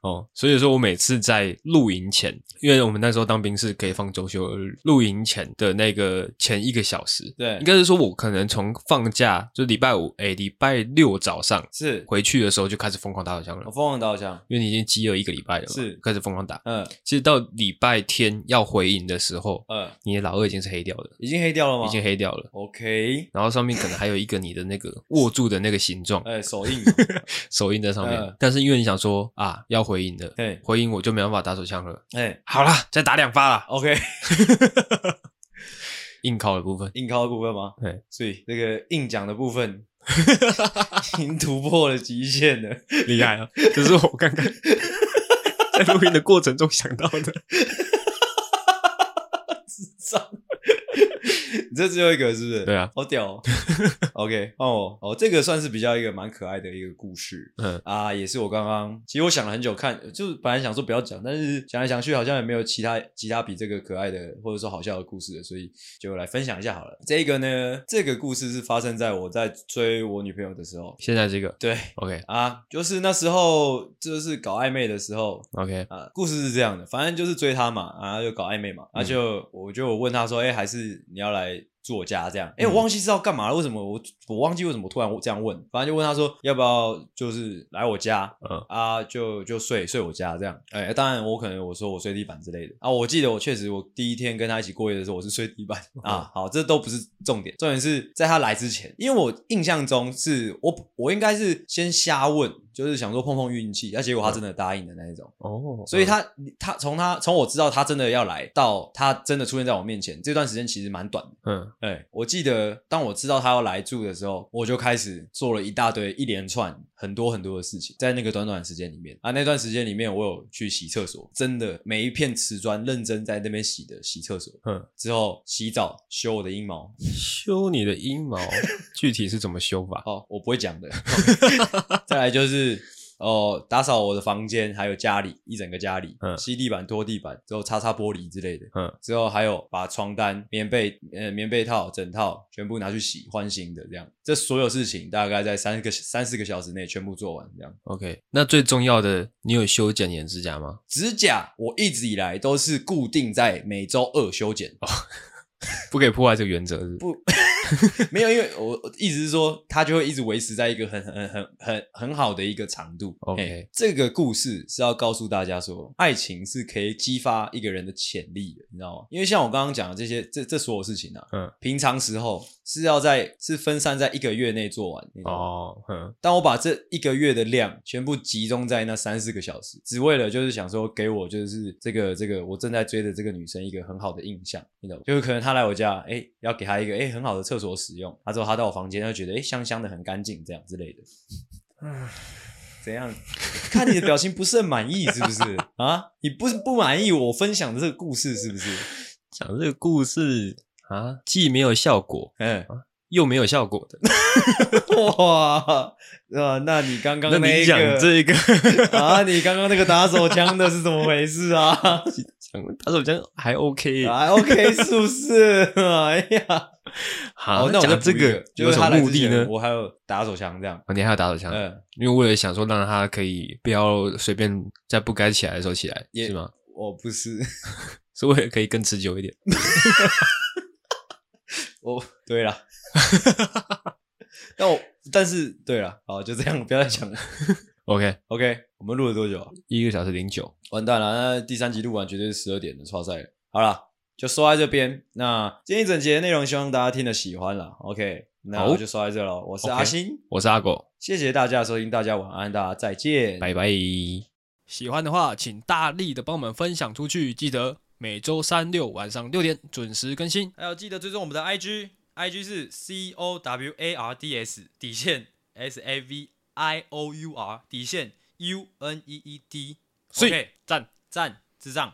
A: 哦，所以说我每次在露营前，因为我们那时候当兵是可以放周休二日，露营前的那个前一个小时，
B: 对
A: 应该是说我可能从放假就礼拜五，哎，礼拜六早上
B: 是
A: 回去的时候就开始疯狂打手枪了
B: 我，疯狂打手枪，
A: 因为你已经饥饿一个礼拜了嘛，
B: 是
A: 开始疯狂打。
B: 嗯
A: 其实到礼拜天要回营的时候，
B: 呃，
A: 你的老二已经是黑掉的，
B: 已经黑掉了
A: 嗯
B: 吗？
A: 已经黑掉了。
B: OK，
A: 然后上面可能还有一个你的那 个握住的那个形状，
B: 哎、手印，
A: 手印在上面。
B: 嗯
A: 但是因为你想说啊，要回营了，
B: 对，
A: 回营我就没办法打手枪了。
B: 哎、
A: 好啦，再打两发啦。
B: OK，
A: 硬靠的部 分，
B: 硬靠的部分吗？
A: 对，
B: 所以这个硬讲的部 分已经突破了极限了。
A: 厉害啊！这是我 刚刚在录音的过程中想到的。
B: 你这只有一个是不是？
A: 对啊，
B: 好屌、哦。OK，换我哦，这个算是比较一个蛮可爱的一个故事。
A: 嗯，
B: 啊，也是我刚刚，其实我想了很久看，就是本来想说不要讲，但是想来想去好像也没有其他其他比这个可爱的或者说好笑的故事了，所以就来分享一下好了。这个呢，这个故事是发生在我在追我女朋友的时候，
A: 现在这个
B: 对
A: OK
B: 啊，就是那时候就是搞暧昧的时候，
A: OK，
B: 啊，故事是这样的，反正就是追她嘛，然后就搞暧昧嘛，然
A: 嗯
B: 后就我就我问她说，哎、还是你要来住我家这样？哎、
A: 嗯
B: 我忘记是要干嘛了，为什么我我忘记为什么突然这样问，反正就问她说要不要就是来我家。
A: 嗯
B: 啊，就就睡睡我家这样，哎、当然我可能我说我睡地板之类的啊，我记得我确实我第一天跟她一起过夜的时候我是睡地板啊，
A: 哦
B: 好，这都不是重点，重点是在她来之前，因为我印象中是我我应该是先瞎问，就是想说碰碰运气，那、啊结
A: 嗯
B: 果她真的答应的那一种，
A: 哦，
B: 所以他他从他从我知道他真的要来到他真的出现在我面前这段时间其实蛮短的。
A: 嗯
B: 哎、我记得当我知道他要来住的时候，我就开始做了一大堆一连串很多很多的事情，在那个短短的时间里面啊，那段时间里面我有去洗厕所，真的每一片瓷砖认真在那边洗的洗厕所，
A: 嗯，
B: 之后洗澡修我的阴毛，
A: 修你的阴毛，具体是怎么修法？
B: 哦，我不会讲的。 再来就是哦，打扫我的房间，还有家里一整个家里，
A: 嗯
B: 吸地板、拖地板，之后擦擦玻璃之类的，
A: 嗯，
B: 之后还有把床单、棉被、呃棉被套、枕套全部拿去洗，换新的这样。这所有事情大概在三个三四个小时内全部做完，这样。
A: OK，那最重要的，你有修剪你的指甲吗？
B: 指甲我一直以来都是固定在每周二修剪，
A: 不可以破坏这个原则是不是
B: 没有，因为我我意思是说，它就会一直维持在一个很很很很很好的一个长度。
A: OK
B: 嘿这个故事是要告诉大家说，爱情是可以激发一个人的潜力的，你知道吗？因为像我刚刚讲的这些，这这所有事情啊，
A: 嗯，
B: 平常时候是要在是分散在一个月内做完，你知道吗？
A: 哦，嗯
B: 当我把这一个月的量全部集中在那三四个小时，只为了就是想说给我就是这个这个我正在追的这个女生一个很好的印象，你懂吗？就是可能她来我家，哎、要给她一个哎、诶很好的厕所使用，她之后她到我房间，她就觉得哎、诶香香的很干净这样之类的。怎样？看你的表情不是很满意，是不是啊？你不是不满意我分享的这个故事，是不是？
A: 讲这个故事啊，既没有效果，
B: 嗯，
A: 又没有效果的。
B: 哇， 啊，那你刚刚
A: 那
B: 一
A: 你
B: 个
A: 讲这个，
B: 啊，你刚刚那个打手枪的是怎么回事 啊？
A: 讲打手枪还 OK
B: 啊，OK，是不是？ 哎呀，哦
A: 好，
B: 那我
A: 啊讲
B: 再补一
A: 这
B: 个
A: 个
B: 就
A: 有
B: 是
A: 什
B: 他
A: 么
B: 来
A: 目
B: 之
A: 的
B: 前
A: 呢？
B: 我还有打手枪这样，
A: 哦，你还要打手枪，
B: 嗯，
A: 因为为了想说让他可以不要随便在不该起来的时候起来，
B: 也
A: 是吗？
B: 我不是，
A: 是为了可以更持久一点。
B: 我对啦， 但我但是对了，好，就这样，不要再讲了。
A: OK，
B: OK，我们录了多久啊？
A: 一个小时零九，
B: 完蛋了，那第三集录完绝对是十二点的超赛了。好啦，就说在这边。那今天一整节的内容，希望大家听得喜欢啦。OK，那
A: 好
B: 我就说在这了。我是
A: OK
B: 阿星，
A: 我是阿狗，
B: 谢谢大家的收听，大家晚安，大家再见，
A: 拜拜。喜欢的话，请大力的帮我们分享出去，记得每周三六晚上六点准时更新。
B: 还有记得追踪我们的 IG，IG 是 C O W A R D S 底线 S A V I O U R 底线 U N E E D，
A: 所以
B: OK，
A: 赞。
B: 赞智障。